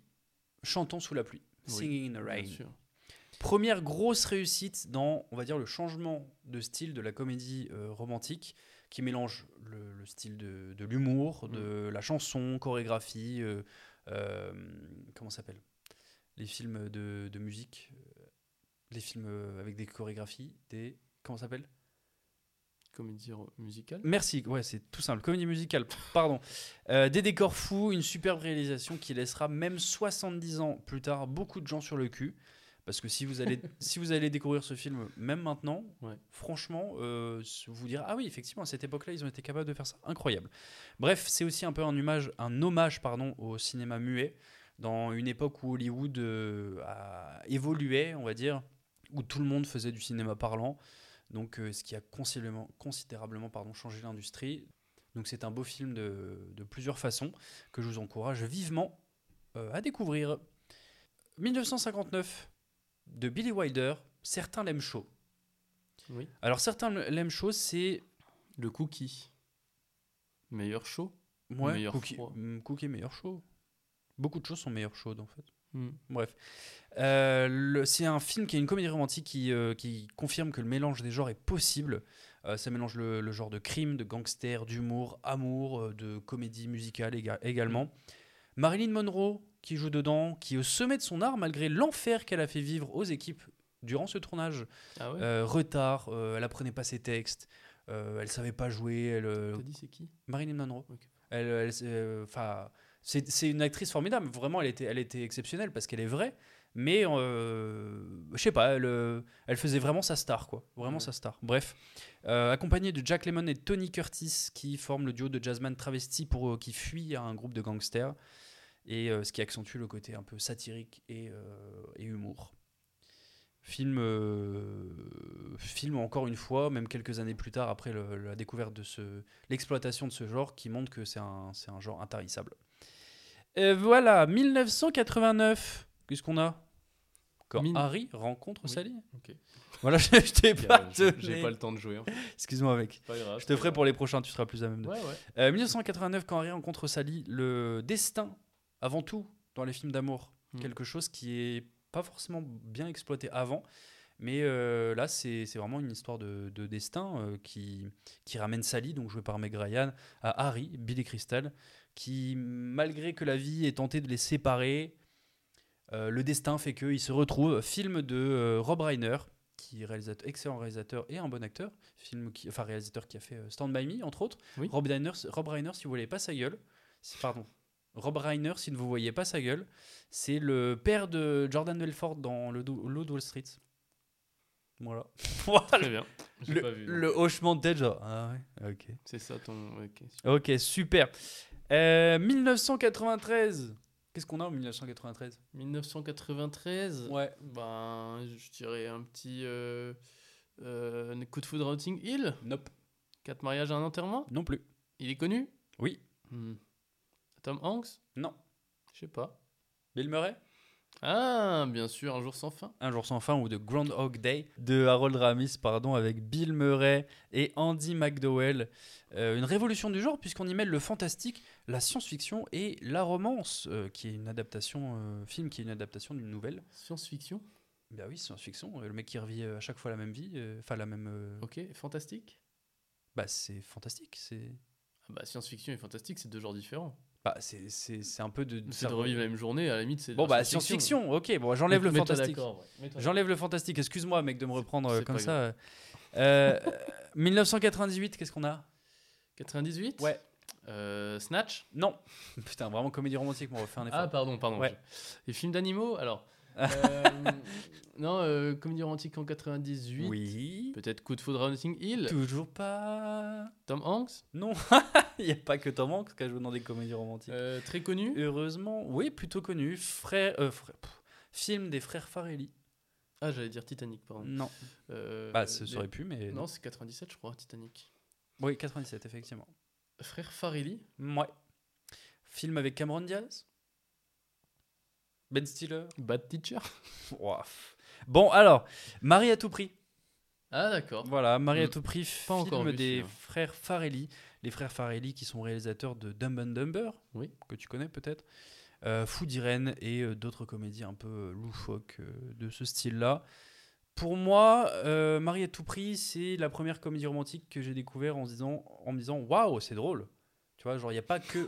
Speaker 8: Chantons sous la pluie,
Speaker 7: Oui,
Speaker 8: Singing in the Rain.
Speaker 7: Bien sûr.
Speaker 8: Première grosse réussite dans, on va dire, le changement de style de la comédie euh, romantique, qui mélange le, le style de, de l'humour, de la chanson, chorégraphie, euh, euh, comment ça s'appelle Les films de, de musique, euh, les films euh, avec des chorégraphies, des... Comment ça s'appelle
Speaker 7: Comédie ro- musicale.
Speaker 8: Merci, ouais, c'est tout simple. Comédie musicale, pardon. Euh, des décors fous, une superbe réalisation qui laissera même 70 ans plus tard beaucoup de gens sur le cul. Parce que si vous allez, si vous allez découvrir ce film même maintenant,
Speaker 7: Ouais.
Speaker 8: franchement, euh, vous vous direz Ah oui, effectivement, à cette époque-là, ils ont été capables de faire ça. Incroyable. Bref, c'est aussi un peu un hommage, un hommage pardon, au cinéma muet, dans une époque où Hollywood euh, a évolué, on va dire, où tout le monde faisait du cinéma parlant. Donc, euh, ce qui a considérablement, considérablement pardon, changé l'industrie. Donc, c'est un beau film de, de plusieurs façons que je vous encourage vivement euh, à découvrir. 1959 de Billy Wilder, certains l'aiment chaud.
Speaker 7: Oui.
Speaker 8: Alors, certains l'aiment chaud, c'est.
Speaker 7: Le Cookie. Meilleur show.
Speaker 8: Moi,
Speaker 7: Meilleur
Speaker 8: Cookie,
Speaker 7: froid.
Speaker 8: Mm, Cookie est meilleur chaud. Beaucoup de choses sont meilleures chaudes en fait.
Speaker 7: Hmm.
Speaker 8: Bref. Euh, le- c'est un film qui est une comédie romantique qui, euh, qui confirme que le mélange des genres est possible. Euh, ça mélange le, le genre de crime, de gangster, d'humour, amour, euh, de comédie musicale éga- également. Marilyn Monroe qui joue dedans, qui est au sommet de son art malgré l'enfer qu'elle a fait vivre aux équipes durant ce tournage.
Speaker 7: Ah ouais
Speaker 8: Euh, retard, euh, elle apprenait pas ses textes, euh, elle savait pas jouer, elle, euh,
Speaker 7: T'as dit c'est qui
Speaker 8: Marilyn Monroe.
Speaker 7: Ok.
Speaker 8: Elle, elle, c'est, euh, enfin, c'est c'est une actrice formidable. Vraiment, elle était, elle était exceptionnelle parce qu'elle est vraie. Mais euh, je sais pas, elle, euh, elle faisait vraiment sa star, quoi. Vraiment
Speaker 7: Ouais.
Speaker 8: sa star. Bref, Euh, accompagnée de Jack Lemmon et Tony Curtis qui forment le duo de jazzman travesti pour euh, qui fuit à un groupe de gangsters et euh, ce qui accentue le côté un peu satirique et, euh, et humour. Film, euh, film encore une fois, même quelques années plus tard après le- la découverte de ce, l'exploitation de ce genre qui montre que c'est un, c'est un genre intarissable. Euh, voilà, 1989. Qu'est-ce qu'on a Quand
Speaker 7: Mine.
Speaker 8: Harry rencontre
Speaker 7: Oui.
Speaker 8: Sally.
Speaker 7: Ok.
Speaker 8: Voilà, je, je t'ai
Speaker 7: Gars,
Speaker 8: pas
Speaker 7: j'ai-
Speaker 8: donné.
Speaker 7: J'ai pas le temps de jouer. hein.
Speaker 8: Excuse-moi mec.
Speaker 7: C'est Pas grave.
Speaker 8: Je te ferai pour les prochains, tu seras plus à même de.
Speaker 7: Ouais, ouais.
Speaker 8: Euh, 1989, quand Harry rencontre Sally, le destin, avant tout, dans les films d'amour,
Speaker 7: Hmm.
Speaker 8: quelque chose qui est pas forcément bien exploité avant, mais euh, là, c'est c'est vraiment une histoire de, de destin euh, qui, qui ramène Sally, donc jouée par Meg Ryan, à Harry, Billy Crystal, qui, malgré que la vie ait tenté de les séparer, euh, le destin fait qu'ils se retrouvent. Film de euh, Rob Reiner, qui est réalisateur, excellent réalisateur et un bon acteur, film qui, enfin réalisateur qui a fait euh, Stand By Me, entre autres.
Speaker 7: Oui.
Speaker 8: Rob, Reiner, Rob Reiner, si vous voyez pas sa gueule, si- pardon. Rob Reiner, si ne vous voyez pas sa gueule, c'est le père de Jordan Belfort dans le Do- Loup de Wall Street. Voilà.
Speaker 7: Très
Speaker 8: Voilà.
Speaker 7: bien. J'ai
Speaker 8: Le,
Speaker 7: pas vu. non.
Speaker 8: le hochement de tête, genre. Ah ouais, ok.
Speaker 7: C'est ça ton. Ok. super.
Speaker 8: Ok, super. Euh, 1993. Qu'est-ce qu'on a en 1993
Speaker 7: 1993.
Speaker 8: Ouais.
Speaker 7: Ben, je dirais un petit euh, euh, un coup de foudre à Notting Hill.
Speaker 8: Nope.
Speaker 7: Quatre mariages et un enterrement.
Speaker 8: Non plus.
Speaker 7: Il est connu
Speaker 8: Oui.
Speaker 7: Hmm. Tom Hanks
Speaker 8: Non.
Speaker 7: Je sais pas.
Speaker 8: Bill Murray
Speaker 7: Ah, bien sûr, un jour sans fin.
Speaker 8: Un jour sans fin ou de Groundhog Day de Harold Ramis, pardon, avec Bill Murray et Andy McDowell. Euh, une révolution du genre puisqu'on y mêle le fantastique, la science-fiction et la romance, euh, qui est une adaptation, euh, film qui est une adaptation d'une nouvelle.
Speaker 7: Science-fiction.
Speaker 8: Bah oui, science-fiction, euh, le mec qui revit euh, à chaque fois la même vie, euh, enfin la même... euh,
Speaker 7: Ok, fantastique.
Speaker 8: Bah c'est fantastique, c'est...
Speaker 7: Ah bah, science-fiction et fantastique, c'est deux genres différents.
Speaker 8: Bah, c'est- c'est c'est un peu de.
Speaker 7: C'est de revivre la même journée, à la limite, c'est. de
Speaker 8: Bon,
Speaker 7: la
Speaker 8: bah, science-fiction, ok, bon, j'enlève le
Speaker 7: Mets-toi
Speaker 8: fantastique.
Speaker 7: d'accord, ouais. Mets-toi d'accord.
Speaker 8: J'enlève le fantastique, excuse-moi, mec, de me reprendre euh,
Speaker 7: c'est
Speaker 8: comme
Speaker 7: pas
Speaker 8: ça. Euh, euh, 1998, qu'est-ce qu'on a
Speaker 7: 98
Speaker 8: Ouais.
Speaker 7: Euh, Snatch
Speaker 8: Non. Putain, vraiment comédie romantique, mais on refait un effort.
Speaker 7: Ah, pardon, pardon.
Speaker 8: Ouais.
Speaker 7: Les films d'animaux, alors. euh, non, euh, Comédie romantique en 98.
Speaker 8: oui.
Speaker 7: Peut-être Coup de foudre à Notting Hill.
Speaker 8: Toujours pas.
Speaker 7: Tom Hanks.
Speaker 8: Non. Il n'y a pas que Tom Hanks qui a joué dans des comédies romantiques.
Speaker 7: euh, très connu.
Speaker 8: Heureusement, oui, plutôt connu. Frère, euh, frère- pff, film des frères Farelli.
Speaker 7: Ah, j'allais dire Titanic, pardon.
Speaker 8: Non.
Speaker 7: Euh,
Speaker 8: Mm. bah, ce
Speaker 7: des-
Speaker 8: serait pu, mais.
Speaker 7: Non, c'est 97, je crois, Titanic.
Speaker 8: Oui, 97, effectivement.
Speaker 7: Frère Farelli.
Speaker 8: Ouais. Film avec Cameron Diaz. Ben Stiller.
Speaker 7: Bad Teacher.
Speaker 8: Ouah. Bon, alors, Marie à tout prix.
Speaker 7: Ah, d'accord.
Speaker 8: Voilà, Marie à
Speaker 7: Mm.
Speaker 8: tout prix,
Speaker 7: Pas
Speaker 8: film
Speaker 7: encore vu
Speaker 8: des
Speaker 7: celui-là.
Speaker 8: frères Farelli. Les frères Farelli qui sont réalisateurs de Dumb and Dumber,
Speaker 7: Oui.
Speaker 8: que tu connais peut-être, euh, Fou d'Irène et euh, d'autres comédies un peu euh, loufoques euh, de ce style-là. Pour moi, euh, Marie à tout prix, c'est la première comédie romantique que j'ai découvert en, se disant, en me disant Waouh, c'est drôle Tu vois, genre, il n'y a pas que.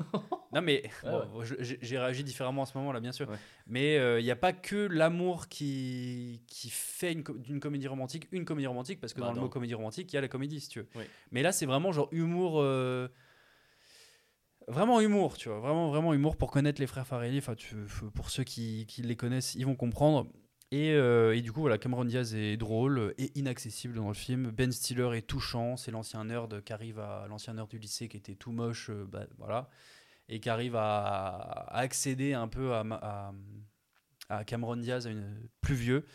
Speaker 8: non, mais
Speaker 7: Ouais,
Speaker 8: bon, je- j'ai j'ai réagi différemment à ce moment-là, bien sûr.
Speaker 7: Ouais.
Speaker 8: Mais il n'y a pas que l'amour qui, qui fait une co- d'une comédie romantique une comédie romantique, parce que
Speaker 7: Bah,
Speaker 8: dans le
Speaker 7: non.
Speaker 8: mot comédie romantique, il y a la comédie, si tu veux.
Speaker 7: Oui.
Speaker 8: Mais là, c'est vraiment genre humour. euh, Vraiment humour, tu vois, vraiment, vraiment humour pour connaître les frères Farelli. Enfin, tu- f- pour ceux qui, qui les connaissent, ils vont comprendre. Et, euh, et du coup, voilà, Cameron Diaz est drôle et inaccessible dans le film. Ben Stiller est touchant, c'est l'ancien nerd qui arrive à l'ancien nerd du lycée qui était tout moche, euh, bah, voilà, et qui arrive à, à accéder un peu à, ma- à, à Cameron Diaz, à une, plus vieux.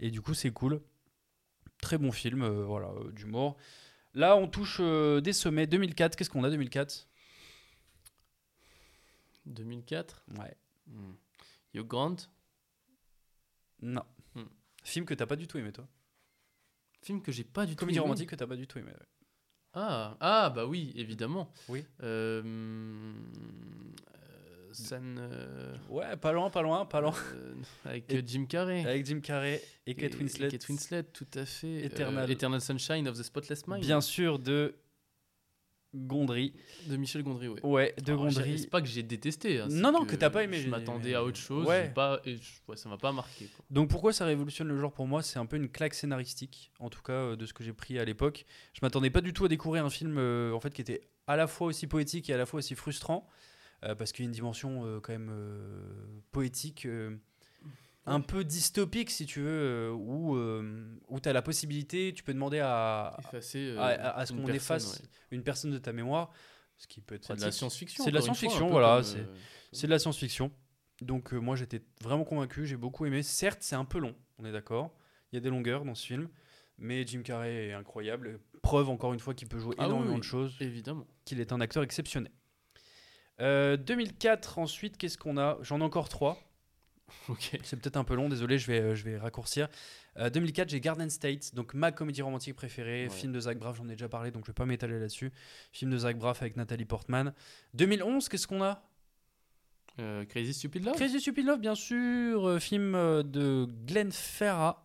Speaker 8: Et du coup, c'est cool. Très bon film, euh, voilà, euh, d'humour. Là, on touche euh, des sommets. 2004, qu'est-ce qu'on a 2004
Speaker 7: 2004.
Speaker 8: Ouais.
Speaker 7: Hmm. Hugh Grant.
Speaker 8: Non.
Speaker 7: Hmm.
Speaker 8: Film que t'as pas du tout aimé, toi.
Speaker 7: Film que j'ai pas du tout.
Speaker 8: Comédie
Speaker 7: aimé.
Speaker 8: romantique que t'as pas du tout aimé. ouais.
Speaker 7: Ah, ah, bah oui, évidemment.
Speaker 8: Oui.
Speaker 7: Euh, hum, euh, San. euh,
Speaker 8: Ouais, pas loin, pas loin, pas loin.
Speaker 7: euh, avec
Speaker 8: Et-
Speaker 7: euh, Jim Carrey.
Speaker 8: Avec Jim Carrey et Kate Winslet.
Speaker 7: Kate Winslet, tout à fait.
Speaker 8: Eternal.
Speaker 7: Euh, Eternal Sunshine of the Spotless Mind.
Speaker 8: Bien sûr, de Gondry.
Speaker 7: De Michel Gondry, ouais.
Speaker 8: Ouais, de
Speaker 7: Alors, j'ai-
Speaker 8: Gondry.
Speaker 7: C'est pas que j'ai détesté. hein,
Speaker 8: Non,
Speaker 7: c'est
Speaker 8: non, que t'as pas aimé,
Speaker 7: Je
Speaker 8: j'ai-
Speaker 7: m'attendais à autre chose.
Speaker 8: Ouais.
Speaker 7: j'ai Pas, et je- ouais, ça m'a pas marqué. quoi.
Speaker 8: Donc pourquoi ça révolutionne le genre pour moi C'est un peu une claque scénaristique, en tout cas euh, de ce que j'ai pris à l'époque. Je m'attendais pas du tout à découvrir un film euh, en fait qui était à la fois aussi poétique et à la fois aussi frustrant, euh, parce qu'il y a une dimension euh, quand même euh, poétique, euh, un peu dystopique si tu veux, euh, où, euh, où tu as la possibilité, tu peux demander à
Speaker 7: Effacer. euh,
Speaker 8: à, Ah, à- à ce
Speaker 7: une
Speaker 8: qu'on
Speaker 7: personne,
Speaker 8: efface
Speaker 7: ouais.
Speaker 8: une personne de ta mémoire, ce qui peut être
Speaker 7: C'est de
Speaker 8: pratique.
Speaker 7: la science-fiction.
Speaker 8: C'est de la
Speaker 7: encore une fois,
Speaker 8: science-fiction,
Speaker 7: un peu
Speaker 8: voilà,
Speaker 7: comme, euh,
Speaker 8: C'est de la science-fiction. Donc euh, moi j'étais vraiment convaincu, j'ai beaucoup aimé. Certes, c'est un peu long, on est d'accord. Il y a des longueurs dans ce film, mais Jim Carrey est incroyable. Preuve encore une fois qu'il peut jouer
Speaker 7: Ah oui,
Speaker 8: énormément
Speaker 7: oui.
Speaker 8: de choses,
Speaker 7: Évidemment.
Speaker 8: qu'il est un acteur exceptionnel. Euh, 2004 ensuite, qu'est-ce qu'on a J'en ai encore trois.
Speaker 7: Ok.
Speaker 8: C'est peut-être un peu long, désolé, je vais, euh, je vais raccourcir. Euh, 2004, j'ai Garden State, donc ma comédie romantique préférée,
Speaker 7: Ouais.
Speaker 8: film de Zach Braff, j'en ai déjà parlé, donc je vais pas m'étaler là-dessus. Film de Zach Braff avec Nathalie Portman. 2011, qu'est-ce qu'on a
Speaker 7: Euh, Crazy Stupid Love.
Speaker 8: Crazy Stupid Love, bien sûr, euh, film euh, de Glenn Ferra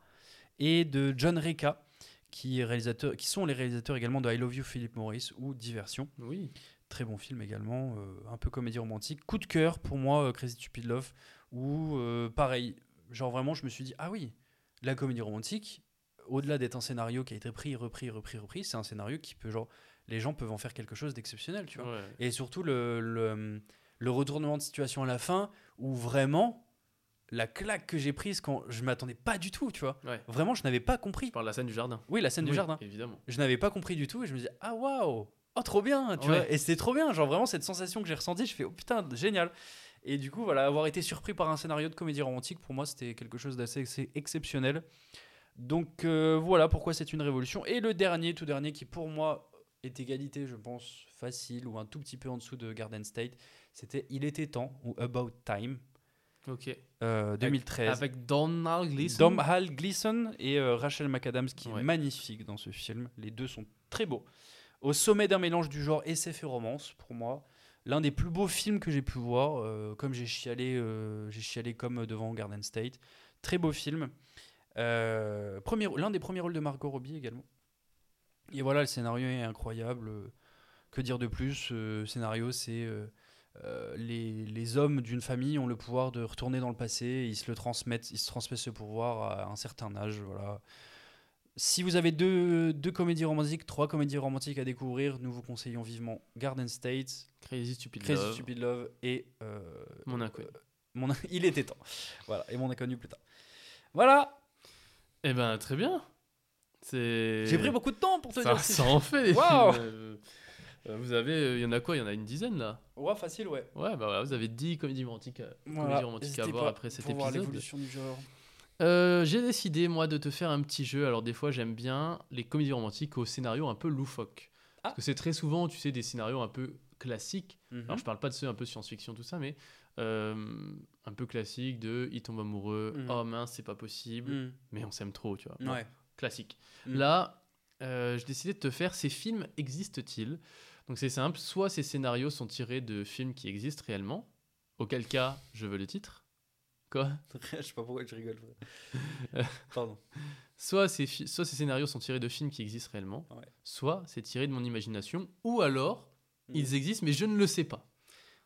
Speaker 8: et de John Reca, qui, est réalisateur, qui sont les réalisateurs également de I Love You, Philip Morris ou Diversion.
Speaker 7: Oui.
Speaker 8: Très bon film également, euh, un peu comédie romantique. Coup de cœur pour moi, euh, Crazy Stupid Love, où euh, pareil, genre vraiment, je me suis dit, ah oui, la comédie romantique, au-delà d'être un scénario qui a été pris, repris, repris, repris, c'est un scénario qui peut, genre, les gens peuvent en faire quelque chose d'exceptionnel, tu vois.
Speaker 7: Ouais.
Speaker 8: Et surtout le, le, le retournement de situation à la fin où vraiment la claque que j'ai prise quand je m'attendais pas du tout, tu vois.
Speaker 7: Ouais.
Speaker 8: Vraiment, je n'avais pas
Speaker 7: Je
Speaker 8: compris.
Speaker 7: parle de la scène du jardin.
Speaker 8: Oui, la scène du
Speaker 7: Oui,
Speaker 8: jardin.
Speaker 7: Évidemment.
Speaker 8: Je n'avais pas compris du tout et je me disais ah waouh, oh trop bien, tu
Speaker 7: Ouais.
Speaker 8: vois. Et c'était trop bien, genre vraiment cette sensation que j'ai ressentie, je fais oh putain génial. Et du coup voilà, avoir été surpris par un scénario de comédie romantique pour moi c'était quelque chose d'assez ex- exceptionnel. Donc euh, voilà pourquoi c'est une révolution. Et le dernier, tout dernier qui pour moi est égalité, je pense, facile ou un tout petit peu en dessous de Garden State, c'était Il était temps ou About Time
Speaker 7: Ok.
Speaker 8: euh, 2013.
Speaker 7: Avec Donald Gleason.
Speaker 8: Dom Hall Gleason et euh, Rachel McAdams qui
Speaker 7: Ouais.
Speaker 8: est magnifique dans ce film. Les deux sont très beaux. Au sommet d'un mélange du genre SF et romance, pour moi, l'un des plus beaux films que j'ai pu voir. euh, comme j'ai chialé, euh, j'ai chialé comme devant Garden State. Très beau film. Euh, premier- l'un des premiers rôles de Margot Robbie également. Et voilà, le scénario est incroyable. euh, Que dire de plus Euh, Scénario, c'est euh, euh, les, les hommes d'une famille ont le pouvoir de retourner dans le passé, et ils se le transmettent, ils se transmettent ce pouvoir à un certain âge, voilà. Si vous avez deux, deux comédies romantiques, trois comédies romantiques à découvrir, nous vous conseillons vivement Garden State,
Speaker 7: Crazy Stupid
Speaker 8: Crazy
Speaker 7: Love,
Speaker 8: Stupid Love et euh,
Speaker 7: Mon inconnu.
Speaker 8: mon il était temps. Voilà, et mon inconnu plus tard. Voilà,
Speaker 7: Eh ben, très bien. C'est.
Speaker 8: j'ai pris beaucoup de temps pour te
Speaker 7: ça,
Speaker 8: dire. si-
Speaker 7: ça en fait des
Speaker 8: Waouh.
Speaker 7: films, euh, euh, Vous avez, euh, il y en a quoi Il y en a une dizaine là.
Speaker 8: Ouais, facile, ouais.
Speaker 7: Ouais, bah voilà, vous avez 10 comédies romantiques, euh. à-
Speaker 8: Voilà,
Speaker 7: comédies romantiques à
Speaker 8: n'hésitez
Speaker 7: voir
Speaker 8: pas
Speaker 7: après cet
Speaker 8: pour voir
Speaker 7: épisode.
Speaker 8: l'évolution du genre.
Speaker 7: Euh, J'ai décidé moi de te faire un petit jeu. Alors des fois j'aime bien les comédies romantiques au scénario un peu loufoque.
Speaker 8: Ah.
Speaker 7: Parce que c'est très souvent, tu sais, des scénarios un peu classiques.
Speaker 8: Mhm.
Speaker 7: Alors je parle pas de ceux un peu science-fiction tout ça, mais euh, un peu classique de il tombe amoureux,
Speaker 8: Mhm.
Speaker 7: oh mince c'est pas possible,
Speaker 8: Mhm.
Speaker 7: mais on s'aime trop, tu vois. Bon,
Speaker 8: Ouais.
Speaker 7: classique.
Speaker 8: Mm.
Speaker 7: Là, euh, je décidais de te faire ces films existent-ils Donc c'est simple, soit ces scénarios sont tirés de films qui existent réellement, auquel cas je veux le titre. Quoi
Speaker 8: je sais pas pourquoi je rigole. Pardon.
Speaker 7: soit ces, fi- soit ces scénarios sont tirés de films qui existent réellement,
Speaker 8: Ouais.
Speaker 7: soit c'est tiré de mon imagination, ou alors
Speaker 8: Mm.
Speaker 7: ils existent mais je ne le sais pas.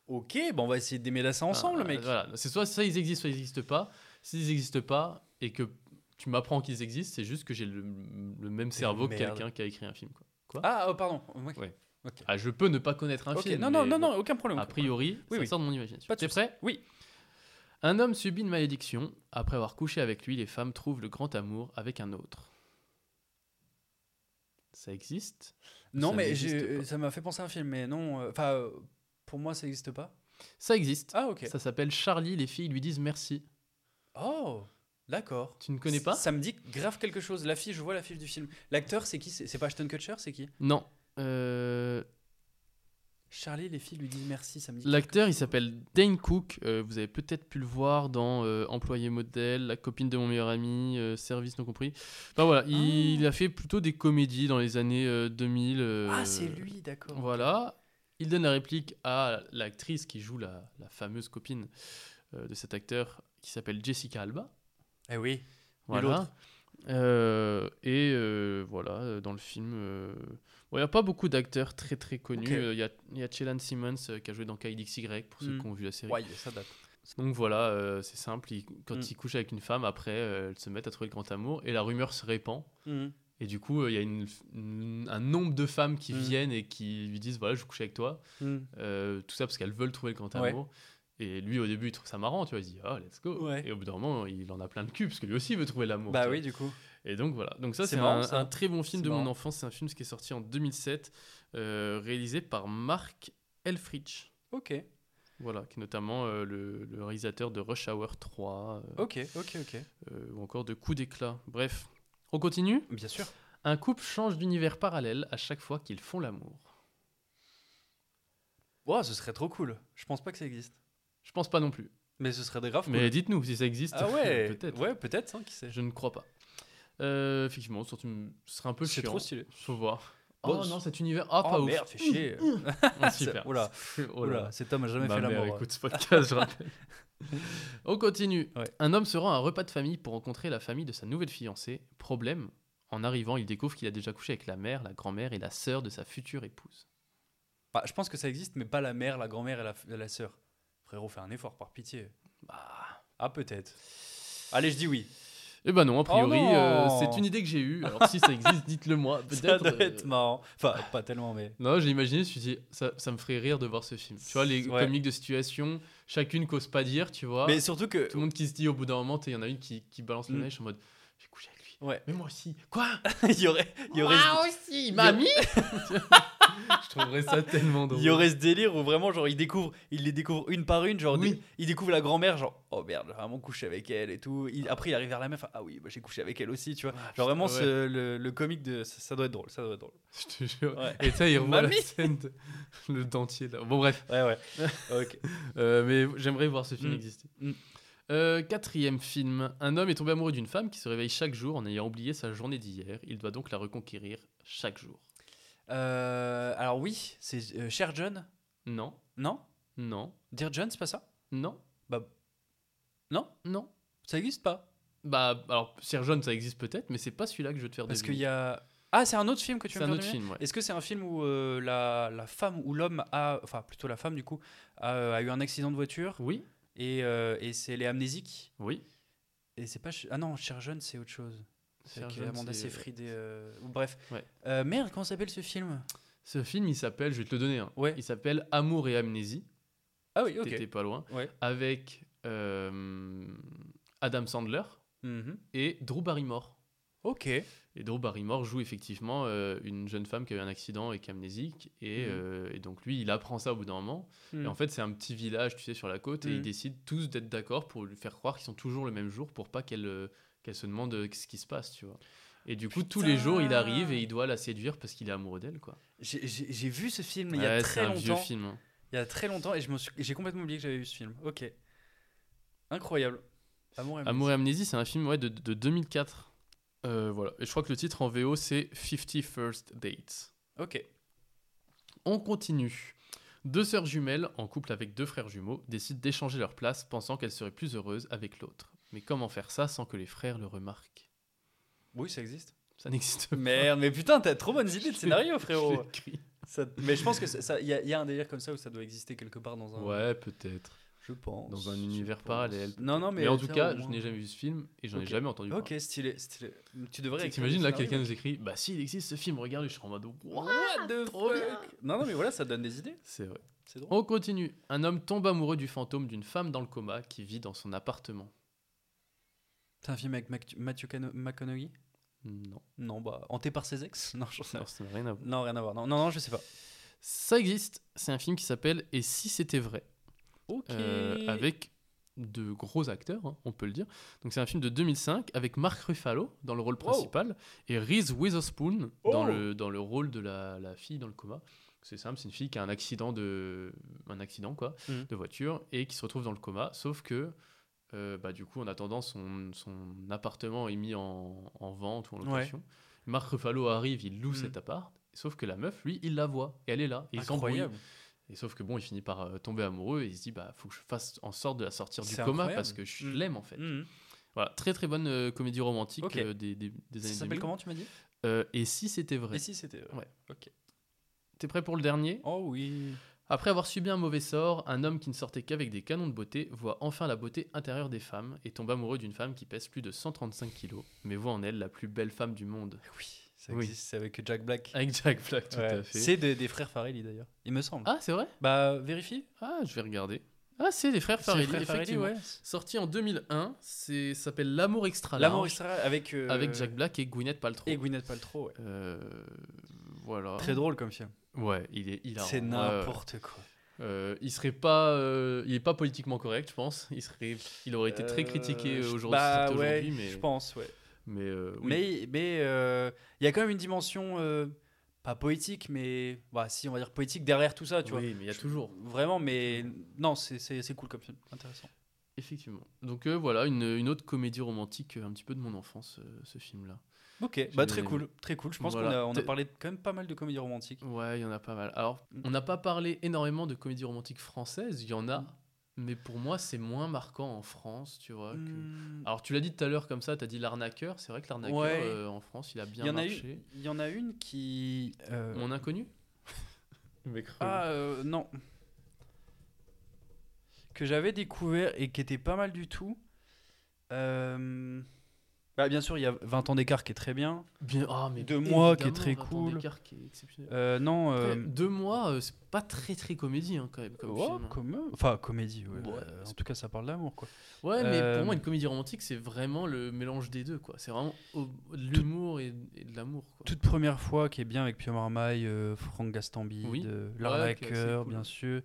Speaker 8: Ok, bon, on va essayer de démêler ça ensemble,
Speaker 7: Ah,
Speaker 8: mec.
Speaker 7: Voilà, c'est soit ça ils existent, soit ils n'existent pas. S'ils n'existent pas et que tu m'apprends qu'ils existent, c'est juste que j'ai le, le même cerveau que
Speaker 8: merde.
Speaker 7: quelqu'un qui a écrit un film. Quoi.
Speaker 8: Ah, oh, pardon. Ok.
Speaker 7: Ouais. Ah, je peux ne pas connaître un
Speaker 8: Ok,
Speaker 7: film.
Speaker 8: Non, non,
Speaker 7: mais
Speaker 8: non,
Speaker 7: bon.
Speaker 8: non, aucun problème.
Speaker 7: A
Speaker 8: aucun problème.
Speaker 7: priori,
Speaker 8: Oui,
Speaker 7: ça
Speaker 8: oui.
Speaker 7: sort de mon imagination.
Speaker 8: Pas de
Speaker 7: T'es
Speaker 8: soucis.
Speaker 7: prêt
Speaker 8: Oui.
Speaker 7: Un homme subit une malédiction. Après avoir couché avec lui, les femmes trouvent le grand amour avec un autre. Ça existe
Speaker 8: Non,
Speaker 7: Ça
Speaker 8: mais
Speaker 7: n'existe
Speaker 8: j'ai-
Speaker 7: pas.
Speaker 8: ça m'a fait penser à un film, mais non. euh, Enfin, euh, pour moi, ça n'existe pas.
Speaker 7: Ça existe.
Speaker 8: Ah, ok.
Speaker 7: Ça s'appelle Charlie, les filles lui disent merci.
Speaker 8: Oh, d'accord.
Speaker 7: Tu ne connais pas
Speaker 8: Ça me dit grave quelque chose. L'affiche, je vois l'affiche du film. L'acteur, c'est qui C'est c'est pas Ashton Kutcher, c'est qui
Speaker 7: Non. Euh,
Speaker 8: Charlie, les filles lui disent merci, ça me dit.
Speaker 7: L'acteur, il s'appelle Dane Cook. Euh, vous avez peut-être pu le voir dans euh, Employé modèle, La copine de mon meilleur ami, euh, Service non compris. Enfin voilà, il, a fait plutôt des comédies dans les années euh, 2000. euh,
Speaker 8: Ah, c'est lui, d'accord.
Speaker 7: Voilà. Il donne la réplique à l'actrice qui joue la, la fameuse copine euh, de cet acteur qui s'appelle Jessica Alba.
Speaker 8: Eh oui.
Speaker 7: Voilà.
Speaker 8: l'autre
Speaker 7: Euh, et euh, voilà, euh, dans le film, euh, bon, il n'y a pas beaucoup d'acteurs très très connus.
Speaker 8: Ok.
Speaker 7: Euh, Il y a- il y a, Chelan Simmons euh, qui a joué dans KXY pour ceux
Speaker 8: Mm.
Speaker 7: qui ont vu la série.
Speaker 8: Ouais, ça date.
Speaker 7: Donc voilà, euh, c'est simple. il- quand
Speaker 8: Mm.
Speaker 7: il couche avec une femme, après, euh, elles se mettent à trouver le grand amour et la rumeur se répand.
Speaker 8: Mmh.
Speaker 7: Et du coup, euh, il y a une- une- un nombre de femmes qui
Speaker 8: Mm.
Speaker 7: viennent et qui lui disent Voilà, je couche avec toi.
Speaker 8: Mmh.
Speaker 7: Euh, tout ça parce qu'elles veulent trouver le grand
Speaker 8: Ouais.
Speaker 7: amour. Et lui, au début, il trouve ça marrant, tu vois. Il se dit, ah, let's go.
Speaker 8: Ouais.
Speaker 7: Et au bout d'un moment, il en a plein le cul, parce que lui aussi veut trouver l'amour. tu
Speaker 8: Bah
Speaker 7: vois.
Speaker 8: oui, du coup.
Speaker 7: Et donc, voilà. Donc, ça,
Speaker 8: C'est
Speaker 7: c'est
Speaker 8: marrant,
Speaker 7: un,
Speaker 8: ça.
Speaker 7: un très bon film
Speaker 8: C'est
Speaker 7: de mon
Speaker 8: marrant.
Speaker 7: enfance. C'est un film qui est sorti en 2007, euh, réalisé par Mark Elfrich.
Speaker 8: Ok,
Speaker 7: Voilà, qui est notamment euh, le, le réalisateur de Rush Hour 3, euh,
Speaker 8: ok, ok, ok.
Speaker 7: euh, ou encore de Coup d'éclat. Bref, on continue
Speaker 8: Bien sûr.
Speaker 7: Un couple change d'univers parallèle à chaque fois qu'ils font l'amour.
Speaker 8: Wow, ce serait trop cool. Je pense pas que ça existe.
Speaker 7: Je pense pas non plus.
Speaker 8: Mais ce serait des graves
Speaker 7: Mais
Speaker 8: cool.
Speaker 7: dites-nous si ça existe.
Speaker 8: Ah ouais,
Speaker 7: peut-être.
Speaker 8: Ouais, peut-être, hein, qui sait.
Speaker 7: Je ne crois pas. Euh, effectivement, surtout, ce serait un peu
Speaker 8: C'est
Speaker 7: chiant.
Speaker 8: trop stylé.
Speaker 7: Faut voir.
Speaker 8: Bon,
Speaker 7: oh
Speaker 8: c'est-
Speaker 7: non, cet univers. Ah,
Speaker 8: oh
Speaker 7: pas
Speaker 8: merde,
Speaker 7: ouf.
Speaker 8: fais chier.
Speaker 7: Ah, super.
Speaker 8: Oula,
Speaker 7: Oh là là.
Speaker 8: Oula, cet homme a jamais
Speaker 7: Ma
Speaker 8: fait
Speaker 7: mère
Speaker 8: l'amour.
Speaker 7: écoute ce podcast, je rappelle. On continue.
Speaker 8: Ouais.
Speaker 7: Un homme se rend à un repas de famille pour rencontrer la famille de sa nouvelle fiancée. Problème, en arrivant, il découvre qu'il a déjà couché avec la mère, la grand-mère et la sœur de sa future épouse.
Speaker 8: Bah, je pense que ça existe, mais pas la mère, la grand-mère et la, f- la sœur. Frérot, fais un effort, par pitié.
Speaker 7: Bah.
Speaker 8: Ah, peut-être. Allez, je dis oui.
Speaker 7: Eh ben non, a priori,
Speaker 8: Oh non.
Speaker 7: euh, c'est une idée que j'ai eue. Alors si ça existe, dites-le moi.
Speaker 8: Ça
Speaker 7: Peut-être.
Speaker 8: doit être
Speaker 7: euh,
Speaker 8: marrant. Enfin, pas tellement, mais.
Speaker 7: Non, j'ai imaginé, je me suis dit, ça, ça me ferait rire de voir ce film. Tu vois, les
Speaker 8: Ouais.
Speaker 7: comiques de situation, chacune cause pas dire, tu vois.
Speaker 8: Mais surtout que.
Speaker 7: Tout le monde qui se dit au bout d'un moment, t'sais, il y en a une qui, qui balance le
Speaker 8: Mm.
Speaker 7: neige en mode, j'ai couché avec lui.
Speaker 8: Ouais.
Speaker 7: Mais moi aussi. Quoi
Speaker 8: il y aurait, il y aurait, ce-
Speaker 7: aussi,
Speaker 8: mamie
Speaker 7: Je trouverais ça tellement drôle.
Speaker 8: il y aurait ce délire où vraiment, genre, il découvre, il les découvre une par une. Genre,
Speaker 7: Oui.
Speaker 8: dé- il découvre la grand-mère, genre, oh merde, j'ai vraiment couché avec elle et tout. Il- après, il arrive vers la meuf, ah oui, bah, j'ai couché avec elle aussi, tu vois.
Speaker 7: Ah,
Speaker 8: genre, vraiment,
Speaker 7: putain, ouais.
Speaker 8: ce- le, le comique de. Ça, ça doit être drôle, ça doit être drôle.
Speaker 7: Je te jure.
Speaker 8: Ouais.
Speaker 7: Et ça, il revoit la
Speaker 8: Mamie
Speaker 7: scène, de- le dentier là. Bon, bref.
Speaker 8: Ouais, ouais. ok.
Speaker 7: Euh, mais j'aimerais voir ce film
Speaker 8: Mm.
Speaker 7: exister.
Speaker 8: Mm.
Speaker 7: Euh, quatrième film. Un homme est tombé amoureux d'une femme qui se réveille chaque jour en ayant oublié sa journée d'hier. Il doit donc la reconquérir chaque jour.
Speaker 8: Euh, alors, oui, c'est euh, Cher John.
Speaker 7: Non,
Speaker 8: Non
Speaker 7: non,
Speaker 8: Dear John, c'est pas ça Bah,
Speaker 7: non,
Speaker 8: Non
Speaker 7: non.
Speaker 8: Ça existe pas
Speaker 7: Bah, alors, Serge John, ça existe peut-être, mais c'est pas celui-là que je veux te faire
Speaker 8: Parce qu'il
Speaker 7: deviner.
Speaker 8: y a. Ah, c'est un autre film que tu
Speaker 7: C'est
Speaker 8: veux
Speaker 7: un
Speaker 8: me
Speaker 7: autre
Speaker 8: faire deviner
Speaker 7: film, ouais.
Speaker 8: Est-ce que c'est un film où euh, la, la femme ou l'homme a, enfin plutôt la femme du coup, a, euh, a eu un accident de voiture
Speaker 7: Oui,
Speaker 8: et, euh, et c'est les amnésiques
Speaker 7: oui.
Speaker 8: et c'est pas Ch- ah non Cher Jeune c'est autre chose. C'est avec
Speaker 7: Sergent,
Speaker 8: euh, Amanda
Speaker 7: c'est-
Speaker 8: Seyfried et, euh, ou bref.
Speaker 7: Ouais.
Speaker 8: Euh, merde comment s'appelle ce film
Speaker 7: Ce film, il s'appelle, je vais te le donner, hein.
Speaker 8: Ouais.
Speaker 7: il s'appelle Amour et Amnésie.
Speaker 8: Ah oui
Speaker 7: T'étais
Speaker 8: ok.
Speaker 7: pas loin.
Speaker 8: Ouais.
Speaker 7: Avec euh, Adam Sandler
Speaker 8: Mhm.
Speaker 7: et Drew Barrymore.
Speaker 8: Ok.
Speaker 7: Mmh Et Drew Barrymore joue effectivement euh, une jeune femme qui a eu un accident et qui est amnésique. Et,
Speaker 8: Mhm.
Speaker 7: euh, et donc lui, il apprend ça au bout d'un moment. Et
Speaker 8: Mhm.
Speaker 7: en fait, c'est un petit village, tu sais, sur la côte. Et
Speaker 8: Mhm.
Speaker 7: ils décident tous d'être d'accord pour lui faire croire qu'ils sont toujours le même jour pour pas qu'elle euh, qu'elle se demande euh, ce qui se passe, tu vois. Et du coup, tous les jours, il
Speaker 8: Putain.
Speaker 7: arrive et il doit la séduire parce qu'il est amoureux d'elle, quoi.
Speaker 8: J'ai- J'ai j'ai vu ce film il y
Speaker 7: Ouais,
Speaker 8: a
Speaker 7: c'est
Speaker 8: très
Speaker 7: un vieux
Speaker 8: longtemps. Ah,
Speaker 7: film. hein.
Speaker 8: Il y a très longtemps et je me suis- j'ai complètement oublié que j'avais vu ce film. Ok. Incroyable. Amour et
Speaker 7: Amour et Amnésie, c'est un film ouais, de, de 2004. Euh, voilà. Et je crois que le titre en VO, c'est 50 First Dates.
Speaker 8: Ok.
Speaker 7: On continue. Deux sœurs jumelles, en couple avec deux frères jumeaux, décident d'échanger leur place, pensant qu'elles seraient plus heureuses avec l'autre. Mais comment faire ça sans que les frères le remarquent
Speaker 8: Oui ça existe.
Speaker 7: Ça n'existe pas.
Speaker 8: Merde, mais putain, t'as trop bonnes idées de scénario,
Speaker 7: Je
Speaker 8: frérot.
Speaker 7: l'écris.
Speaker 8: Ça- mais je pense que ça- ça- il y, a- il y a un délire comme ça où ça doit exister quelque part dans un.
Speaker 7: Ouais, peut-être.
Speaker 8: Je pense.
Speaker 7: Dans un
Speaker 8: je
Speaker 7: univers
Speaker 8: pense.
Speaker 7: parallèle,
Speaker 8: Non, non, mais.
Speaker 7: Mais, en tout
Speaker 8: tiens,
Speaker 7: cas,
Speaker 8: au
Speaker 7: je
Speaker 8: moins.
Speaker 7: n'ai jamais vu ce film et j'en ai
Speaker 8: Ok.
Speaker 7: jamais entendu parler.
Speaker 8: Ok, stylé, stylé. Tu devrais.
Speaker 7: Tu sais,
Speaker 8: écrire
Speaker 7: T'imagines
Speaker 8: le
Speaker 7: là,
Speaker 8: scénario.
Speaker 7: quelqu'un nous écrit Ah, Bah, s'il existe ce film, regarde, je suis en mode What
Speaker 8: What the fuck Non, non, mais voilà, ça donne des idées.
Speaker 7: C'est vrai.
Speaker 8: C'est drôle.
Speaker 7: On continue. Un homme tombe amoureux du fantôme d'une femme dans le coma qui vit dans son appartement. Oh.
Speaker 8: C'est un film avec Mac- Matthew Cano- McConaughey
Speaker 7: Non,
Speaker 8: Non, bah, hanté par ses ex Non, j'en sais
Speaker 7: non,
Speaker 8: rien.
Speaker 7: ça n'a rien à voir.
Speaker 8: Non, rien à voir. Non, non, non, je sais pas.
Speaker 7: Ça existe. C'est un film qui s'appelle Et si c'était vrai
Speaker 8: Ok.
Speaker 7: Euh, Avec de gros acteurs, hein, on peut le dire. Donc, c'est un film de 2005 avec Mark Ruffalo dans le rôle principal et Reese Witherspoon dans,
Speaker 8: Oh.
Speaker 7: le, dans le rôle de la, la fille dans le coma. C'est simple, c'est une fille qui a un accident de, un accident quoi,
Speaker 8: Mhm.
Speaker 7: de voiture et qui se retrouve dans le coma. Sauf que, euh, bah, du coup, en attendant, son, son appartement est mis en, en vente ou en location. Marc Ruffalo arrive, il loue
Speaker 8: Mhm.
Speaker 7: cet appart. Sauf que la meuf, lui, il la voit et elle est là. Et ils s'embrouillent.
Speaker 8: Incroyable.
Speaker 7: Et sauf que bon, il finit par euh, tomber amoureux et il se dit, bah, faut que je fasse en sorte de la sortir du
Speaker 8: C'est
Speaker 7: coma
Speaker 8: incroyable.
Speaker 7: parce que je
Speaker 8: Mhm.
Speaker 7: l'aime en fait.
Speaker 8: Mhm.
Speaker 7: Voilà, très très bonne euh, comédie romantique
Speaker 8: Ok.
Speaker 7: euh, des, des, des
Speaker 8: Ça
Speaker 7: années
Speaker 8: s'appelle
Speaker 7: 2000.
Speaker 8: comment, tu m'as dit
Speaker 7: Euh, et si c'était vrai
Speaker 8: Et si c'était. euh,
Speaker 7: Ouais. T'es prêt pour le dernier
Speaker 8: Oh oui.
Speaker 7: Après avoir subi un mauvais sort, un homme qui ne sortait qu'avec des canons de beauté voit enfin la beauté intérieure des femmes et tombe amoureux d'une femme qui pèse plus de 135 kilos, mais voit en elle la plus belle femme du monde.
Speaker 8: Eh Oui, ça
Speaker 7: Oui.
Speaker 8: existe. C'est avec Jack Black.
Speaker 7: Avec Jack Black, tout
Speaker 8: Ouais,
Speaker 7: à fait.
Speaker 8: C'est des, des frères Farelli d'ailleurs, il me semble.
Speaker 7: Ah, c'est vrai
Speaker 8: Bah vérifie.
Speaker 7: Ah, je vais regarder. Ah, c'est des frères
Speaker 8: C'est
Speaker 7: Farrelly,
Speaker 8: frères Farelli,
Speaker 7: effectivement.
Speaker 8: ouais.
Speaker 7: Sorti en 2001, c'est ça s'appelle L'amour extra
Speaker 8: L'amour
Speaker 7: large,
Speaker 8: extra avec euh,
Speaker 7: avec Jack Black et Gwyneth Paltrow.
Speaker 8: et Gwyneth Paltrow. ouais.
Speaker 7: Euh, voilà.
Speaker 8: Très drôle comme film.
Speaker 7: Ouais, il est Ah. il
Speaker 8: C'est n'importe quoi.
Speaker 7: Euh, il serait pas, euh, il est pas politiquement correct, je pense. Il serait, il aurait été très
Speaker 8: Euh,
Speaker 7: critiqué
Speaker 8: je-
Speaker 7: aujourd'hui,
Speaker 8: bah,
Speaker 7: certes
Speaker 8: ouais,
Speaker 7: aujourd'hui, mais,
Speaker 8: je pense, ouais.
Speaker 7: mais, euh, oui.
Speaker 8: Mais mais euh, il y a quand même une dimension euh, pas poétique, mais bah si on va dire poétique derrière tout ça, tu
Speaker 7: Oui, mais il y a
Speaker 8: Je-
Speaker 7: toujours,
Speaker 8: vois. Vraiment, mais non, c'est- c'est c'est cool comme film, intéressant.
Speaker 7: effectivement. Donc euh, voilà, une, une autre comédie romantique euh, un petit peu de mon enfance, euh, ce film-là.
Speaker 8: Ok, bah
Speaker 7: bien
Speaker 8: très
Speaker 7: aimé.
Speaker 8: cool, très cool. Je pense
Speaker 7: Voilà.
Speaker 8: qu'on a, on a
Speaker 7: T'es-
Speaker 8: parlé de quand même pas mal de comédies romantiques.
Speaker 7: Ouais, il y en a pas mal. Alors,
Speaker 8: Mm.
Speaker 7: on n'a pas parlé énormément de comédies romantiques françaises. Il y en
Speaker 8: Mm.
Speaker 7: a, mais pour moi, c'est moins marquant en France, tu vois. que- Ah.
Speaker 8: Hmm.
Speaker 7: Alors, tu l'as dit tout à l'heure comme ça, tu as dit l'arnaqueur. C'est vrai que l'arnaqueur
Speaker 8: Ouais.
Speaker 7: euh, en France, il a bien
Speaker 8: Il y en a
Speaker 7: marché.
Speaker 8: une, il y en a une qui. euh,
Speaker 7: Mon inconnu. Le mec relou.
Speaker 8: Ah euh, non. Que j'avais découvert et qui était pas mal du tout. Euh, Bah, bien sûr, il y a 20 ans d'écart qui est très bien.
Speaker 7: Bien, ah, mais
Speaker 8: Deux mois qui est
Speaker 7: évidemment,
Speaker 8: très
Speaker 7: Vincent
Speaker 8: cool.
Speaker 7: Descartes qui est exceptionnel.
Speaker 8: Euh, non.
Speaker 7: Après,
Speaker 8: euh,
Speaker 7: deux mois, euh, c'est pas très très comédie hein, quand même. Comme
Speaker 8: ouais,
Speaker 7: film, hein.
Speaker 8: comme- Enfin, comédie, ouais.
Speaker 7: Ouais,
Speaker 8: Euh, en
Speaker 7: c'est-
Speaker 8: tout cas, ça parle d'amour, quoi.
Speaker 7: Ouais, mais
Speaker 8: Euh,
Speaker 7: pour moi, une comédie romantique, c'est vraiment le mélange des deux. quoi. C'est vraiment au- de l'humour et, et de l'amour. quoi.
Speaker 8: Toute première fois qui est bien avec Pio Marmaille, euh, Franck Gastambide,
Speaker 7: Oui.
Speaker 8: euh,
Speaker 7: Ouais, qui est assez
Speaker 8: l'arnaqueur,
Speaker 7: cool.
Speaker 8: bien sûr.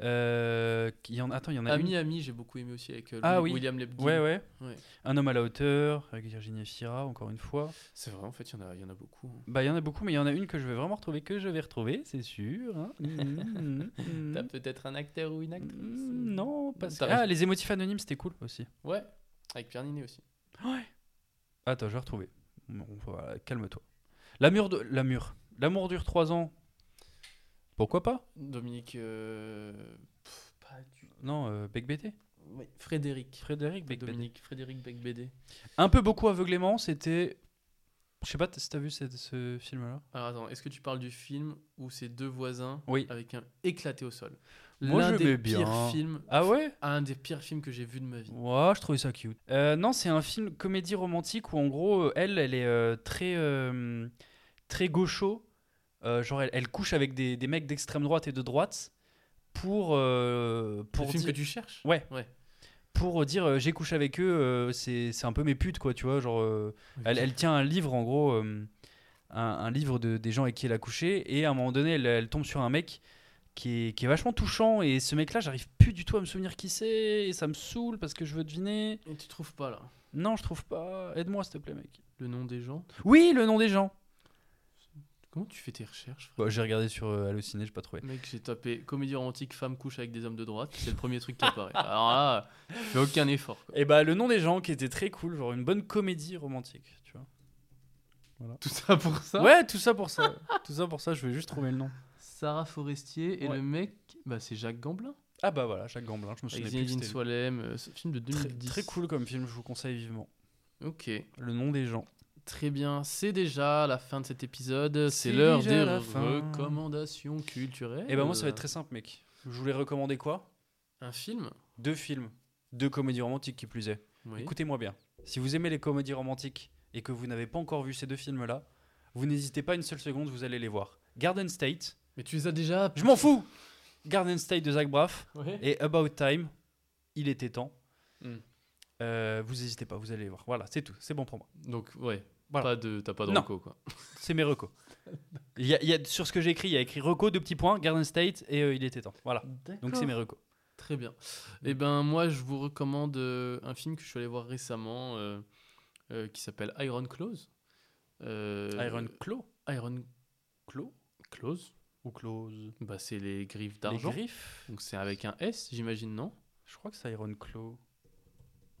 Speaker 8: Euh, qui- il y en... Attends, il y en a une-
Speaker 7: Ami, ami, j'ai beaucoup aimé aussi avec euh,
Speaker 8: Ah
Speaker 7: Louis-
Speaker 8: oui.
Speaker 7: William Lebkin.
Speaker 8: Ouais, ouais.
Speaker 7: Ouais.
Speaker 8: Un homme à la hauteur, avec Virginie Fira, encore une fois.
Speaker 7: C'est vrai, en fait, il y, en a- il y en a beaucoup. hein.
Speaker 8: Bah, il y en a beaucoup, mais il y en a une que je vais vraiment retrouver, que je vais retrouver, c'est sûr. hein. Mhm, mhm,
Speaker 7: T'as
Speaker 8: mhm.
Speaker 7: peut-être un acteur ou une actrice
Speaker 8: Mhm, non, pas
Speaker 7: t'as
Speaker 8: ça.
Speaker 7: raison.
Speaker 8: Ah, les émotifs anonymes, c'était cool aussi.
Speaker 7: Ouais, avec Pierre Ninet aussi.
Speaker 8: Ah, Attends, je vais retrouver. Bon, voilà, calme-toi. La mur de... La mur. L'amour dure 3 ans. Pourquoi pas
Speaker 7: Dominique. euh, pff, pas du-
Speaker 8: Non, euh, Bec BT.
Speaker 7: ouais, Frédéric.
Speaker 8: Frédéric Bec BT.
Speaker 7: Dominique, Frédéric Becbédé.
Speaker 8: Un peu beaucoup aveuglément, c'était Je sais pas t- si t'as vu ce, ce film-là.
Speaker 7: Alors attends, est-ce que tu parles du film où ces deux voisins
Speaker 8: Oui.
Speaker 7: avec un éclaté au sol
Speaker 8: Moi,
Speaker 7: L'un
Speaker 8: je
Speaker 7: des
Speaker 8: vais
Speaker 7: pires
Speaker 8: bien.
Speaker 7: films,
Speaker 8: Ah ouais
Speaker 7: un des pires films que j'ai vu de ma vie.
Speaker 8: Ouais, je trouvais ça cute. Euh, non, c'est un film comédie romantique où en gros, euh, elle, elle est euh, très, euh, très gaucho. Euh, genre, elle, elle couche avec des, des mecs d'extrême droite et de droite pour, euh,
Speaker 7: Pour
Speaker 8: pour
Speaker 7: le film
Speaker 8: dire,
Speaker 7: que tu cherches
Speaker 8: Ouais.
Speaker 7: Ouais.
Speaker 8: pour dire euh, j'ai couché avec eux, euh, c'est c'est un peu mes putes, quoi, tu vois. Genre, euh, elle, elle tient un livre, en gros, euh, un, un livre de, des gens avec qui elle a couché, et à un moment donné, elle, elle tombe sur un mec qui est, qui est vachement touchant, et ce mec-là, j'arrive plus du tout à me souvenir qui c'est, et ça me saoule parce que je veux deviner.
Speaker 7: Et tu trouves pas là
Speaker 8: Non, je trouve pas. Aide-moi, s'il te plaît, mec.
Speaker 7: le nom des gens
Speaker 8: Oui, le nom des gens.
Speaker 7: Comment tu fais tes recherches frère
Speaker 8: Bah, j'ai regardé sur euh, Allociné, j'ai pas trouvé.
Speaker 7: Mec, j'ai tapé comédie romantique, femme couche avec des hommes de droite, c'est le premier truc qui apparaît. Alors là, fais aucun effort. quoi.
Speaker 8: Et bah, le nom des gens qui était très cool, genre une bonne comédie romantique, tu vois.
Speaker 7: Tout ça pour ça
Speaker 8: Ouais, tout ça pour ça. tout ça pour ça, je vais juste trouver le nom.
Speaker 7: Sarah Forestier et
Speaker 8: Ouais.
Speaker 7: le mec, bah, c'est Jacques Gamblin.
Speaker 8: Ah bah voilà, Jacques Gamblin, je me
Speaker 7: Avec
Speaker 8: souviens plus.
Speaker 7: Zinedine
Speaker 8: c'était lui.
Speaker 7: Soilem, euh, ce film de
Speaker 8: Très,
Speaker 7: 2010.
Speaker 8: très cool comme film, je vous conseille vivement.
Speaker 7: Ok,
Speaker 8: Le nom des gens.
Speaker 7: très bien. C'est déjà la fin de cet épisode. C'est
Speaker 8: C'est
Speaker 7: l'heure
Speaker 8: déjà
Speaker 7: des
Speaker 8: la fin.
Speaker 7: recommandations culturelles.
Speaker 8: Et bah, moi, ça va être très simple, mec. Je voulais recommander quoi
Speaker 7: Un film
Speaker 8: Deux films. Deux comédies romantiques qui plus est.
Speaker 7: Oui.
Speaker 8: Écoutez-moi bien. Si vous aimez les comédies romantiques et que vous n'avez pas encore vu ces deux films-là, vous n'hésitez pas une seule seconde, vous allez les voir. Garden State,
Speaker 7: Mais tu les as déjà.
Speaker 8: je m'en fous Garden State de Zach Braff
Speaker 7: Ouais.
Speaker 8: et About Time, il était temps.
Speaker 7: Mm.
Speaker 8: Euh, vous n'hésitez pas, vous allez les voir. Voilà, c'est tout, c'est bon pour moi.
Speaker 7: Donc, ouais. Pas
Speaker 8: Voilà.
Speaker 7: de, t'as pas de
Speaker 8: Non.
Speaker 7: reco, quoi.
Speaker 8: C'est mes recos. Il y a- il y a- sur ce que j'ai écrit, il y a écrit reco, deux petits points, Garden State et euh, il était temps. Voilà, donc c'est mes recos.
Speaker 7: Très bien. Eh ben moi, je vous recommande euh, un film que je suis allé voir récemment euh, euh, qui s'appelle Iron Claws. Euh,
Speaker 8: Iron Claw
Speaker 7: Iron
Speaker 8: Claw
Speaker 7: Claws.
Speaker 8: ou Close
Speaker 7: Bah, c'est les griffes
Speaker 8: Les
Speaker 7: d'argent.
Speaker 8: griffes
Speaker 7: Donc c'est avec un S, j'imagine, non
Speaker 8: Je crois que c'est Iron Claw.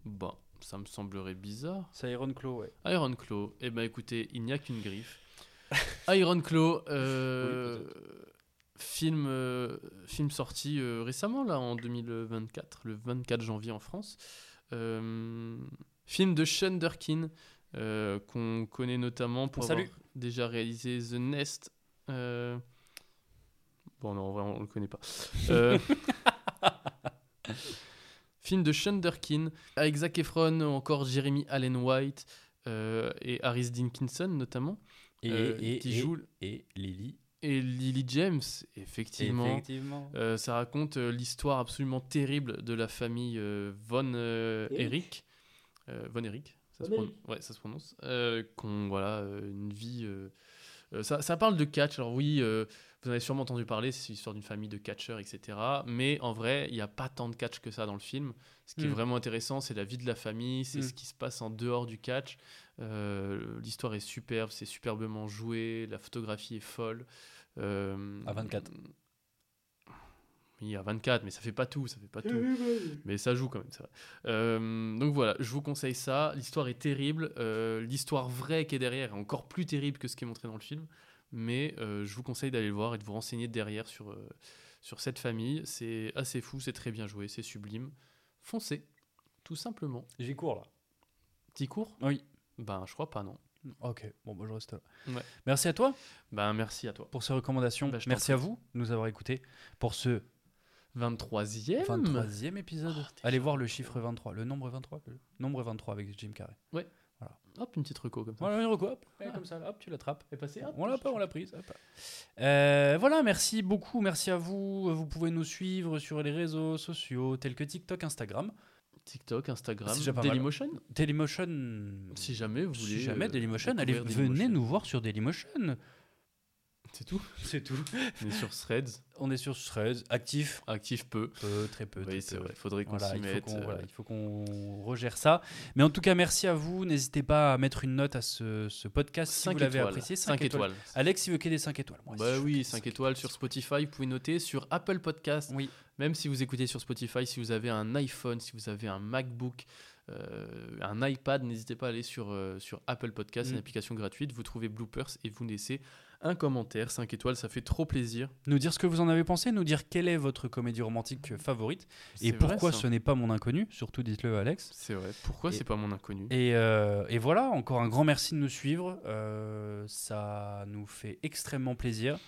Speaker 7: Bah, ça me semblerait bizarre.
Speaker 8: C'est Iron Claw, ouais.
Speaker 7: Iron Claw. Eh ben écoutez, il n'y a qu'une griffe. Iron Claw, euh, film, euh, film sorti euh, récemment, là, en 2024, le 24 janvier en France. Euh, film de Sean Durkin, euh, qu'on connaît notamment pour
Speaker 8: On
Speaker 7: avoir
Speaker 8: salue.
Speaker 7: déjà réalisé The Nest. euh, Bon, non, en vrai, on le connaît pas. Euh, Film de Sean Durkin, avec Zac Efron, ou encore Jeremy Allen White euh, et Harris Dinkinson notamment,
Speaker 8: Et,
Speaker 7: euh,
Speaker 8: et,
Speaker 7: qui
Speaker 8: et-
Speaker 7: jouent-
Speaker 8: et Lily.
Speaker 7: et Lily James, effectivement.
Speaker 8: Effectivement.
Speaker 7: Euh, ça raconte euh, l'histoire absolument terrible de la famille euh, Von euh, Erich. Euh, Von Erich, ça, se prononce, ouais, ça se prononce. Euh, qu'on, voilà, euh, une vie. euh, euh, ça, ça parle de catch. Alors, oui, euh, vous en avez sûrement entendu parler, c'est l'histoire d'une famille de catcheurs, etc. Mais en vrai, il n'y a pas tant de catch que ça dans le film. Ce qui est
Speaker 8: Mm.
Speaker 7: vraiment intéressant, c'est la vie de la famille, c'est
Speaker 8: Mm.
Speaker 7: ce qui se passe en dehors du catch. Euh, l'histoire est superbe, c'est superbement joué, la photographie est folle. Euh,
Speaker 8: À 24.
Speaker 7: oui, à 24, mais ça fait pas tout, ça fait pas tout. Mais ça joue quand même, c'est vrai. Euh, donc voilà, je vous conseille ça. L'histoire est terrible. euh, L'histoire vraie qui est derrière est encore plus terrible que ce qui est montré dans le film. Mais euh, je vous conseille d'aller le voir et de vous renseigner derrière sur, euh, sur cette famille. C'est assez fou, c'est très bien joué, c'est sublime. Foncez, tout simplement.
Speaker 8: J'ai cours là.
Speaker 7: Petit cours
Speaker 8: Oui.
Speaker 7: Ben, je crois pas, non.
Speaker 8: Ok, bon, bah, je reste là.
Speaker 7: Ouais.
Speaker 8: Merci à toi
Speaker 7: Ben, merci à toi.
Speaker 8: pour ces recommandations.
Speaker 7: Bah, je t'en
Speaker 8: Merci à vous de nous avoir écoutés pour ce
Speaker 7: 23e
Speaker 8: 23e épisode.
Speaker 7: Oh, déjà.
Speaker 8: Allez voir le chiffre 23, le nombre 23, le nombre 23 avec Jim Carrey.
Speaker 7: Hop, une petite reco comme ça.
Speaker 8: Voilà, une reco, hop, et comme ça, hop, tu l'attrapes.
Speaker 7: Et passé, hop.
Speaker 8: On l'a pas, on l'a prise. hop. Euh, voilà, merci beaucoup, merci à vous. Vous pouvez nous suivre sur les réseaux sociaux tels que TikTok, Instagram,
Speaker 7: TikTok, Instagram,
Speaker 8: C'est déjà pas mal.
Speaker 7: Dailymotion.
Speaker 8: Dailymotion.
Speaker 7: Si jamais vous
Speaker 8: Si
Speaker 7: voulez.
Speaker 8: jamais
Speaker 7: euh,
Speaker 8: Dailymotion, allez,
Speaker 7: découvrir
Speaker 8: venez
Speaker 7: Dailymotion.
Speaker 8: nous voir sur Dailymotion.
Speaker 7: C'est tout.
Speaker 8: C'est tout.
Speaker 7: On est sur Threads,
Speaker 8: On est sur 13, actif,
Speaker 7: actif peu.
Speaker 8: peu, très peu. très
Speaker 7: Oui, c'est
Speaker 8: peu.
Speaker 7: vrai. Faudrait qu'on
Speaker 8: Voilà,
Speaker 7: s'y
Speaker 8: il, faut
Speaker 7: mette.
Speaker 8: qu'on,
Speaker 7: euh,
Speaker 8: voilà, il faut qu'on regère ça. Mais en tout cas, merci à vous. N'hésitez pas à mettre une note à ce, ce podcast si
Speaker 7: cinq
Speaker 8: vous l'avez
Speaker 7: étoiles.
Speaker 8: apprécié.
Speaker 7: Cinq
Speaker 8: cinq étoiles.
Speaker 7: étoiles.
Speaker 8: Alex, il veut qu'il y ait des 5 étoiles. Moi aussi,
Speaker 7: Bah
Speaker 8: je veux qu'il y ait
Speaker 7: oui,
Speaker 8: des
Speaker 7: 5
Speaker 8: cinq
Speaker 7: étoiles sur Spotify. Vous pouvez noter sur Apple Podcast.
Speaker 8: Oui.
Speaker 7: Même si vous écoutez sur Spotify, si vous avez un iPhone, si vous avez un MacBook, euh, un iPad, n'hésitez pas à aller sur, euh, sur Apple Podcast,
Speaker 8: Mm.
Speaker 7: une application gratuite. Vous trouvez Bloopers et vous laissez un commentaire, 5 étoiles, ça fait trop plaisir.
Speaker 8: Nous dire ce que vous en avez pensé, nous dire quelle est votre comédie romantique euh, favorite et
Speaker 7: C'est vrai,
Speaker 8: pourquoi
Speaker 7: ça.
Speaker 8: ce n'est pas mon inconnu, surtout dites-le à Alex.
Speaker 7: C'est vrai. Pourquoi
Speaker 8: Et-
Speaker 7: c'est pas mon inconnu
Speaker 8: Et, euh, et voilà, encore un grand merci de nous suivre. Euh, ça nous fait extrêmement plaisir.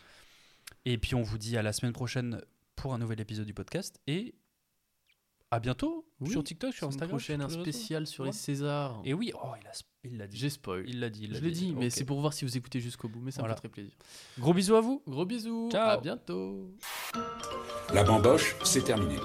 Speaker 8: Et puis on vous dit à la semaine prochaine pour un nouvel épisode du podcast. Et à bientôt
Speaker 7: Oui,
Speaker 8: sur TikTok, sur
Speaker 7: Semaine
Speaker 8: Instagram.
Speaker 7: prochaine,
Speaker 8: sur
Speaker 7: un
Speaker 8: tous les réseaux.
Speaker 7: spécial sur
Speaker 8: Ouais.
Speaker 7: les Césars.
Speaker 8: Et oui, oh, il a- il l'a dit.
Speaker 7: J'ai spoil.
Speaker 8: Il l'a dit. il l'a
Speaker 7: Je l'ai dit, mais
Speaker 8: Ok.
Speaker 7: c'est pour voir si vous écoutez jusqu'au bout, mais ça
Speaker 8: Voilà.
Speaker 7: me fait très plaisir.
Speaker 8: Gros bisous à vous.
Speaker 7: Gros bisous,
Speaker 8: Ciao.
Speaker 7: à bientôt.
Speaker 5: La bamboche, c'est terminé.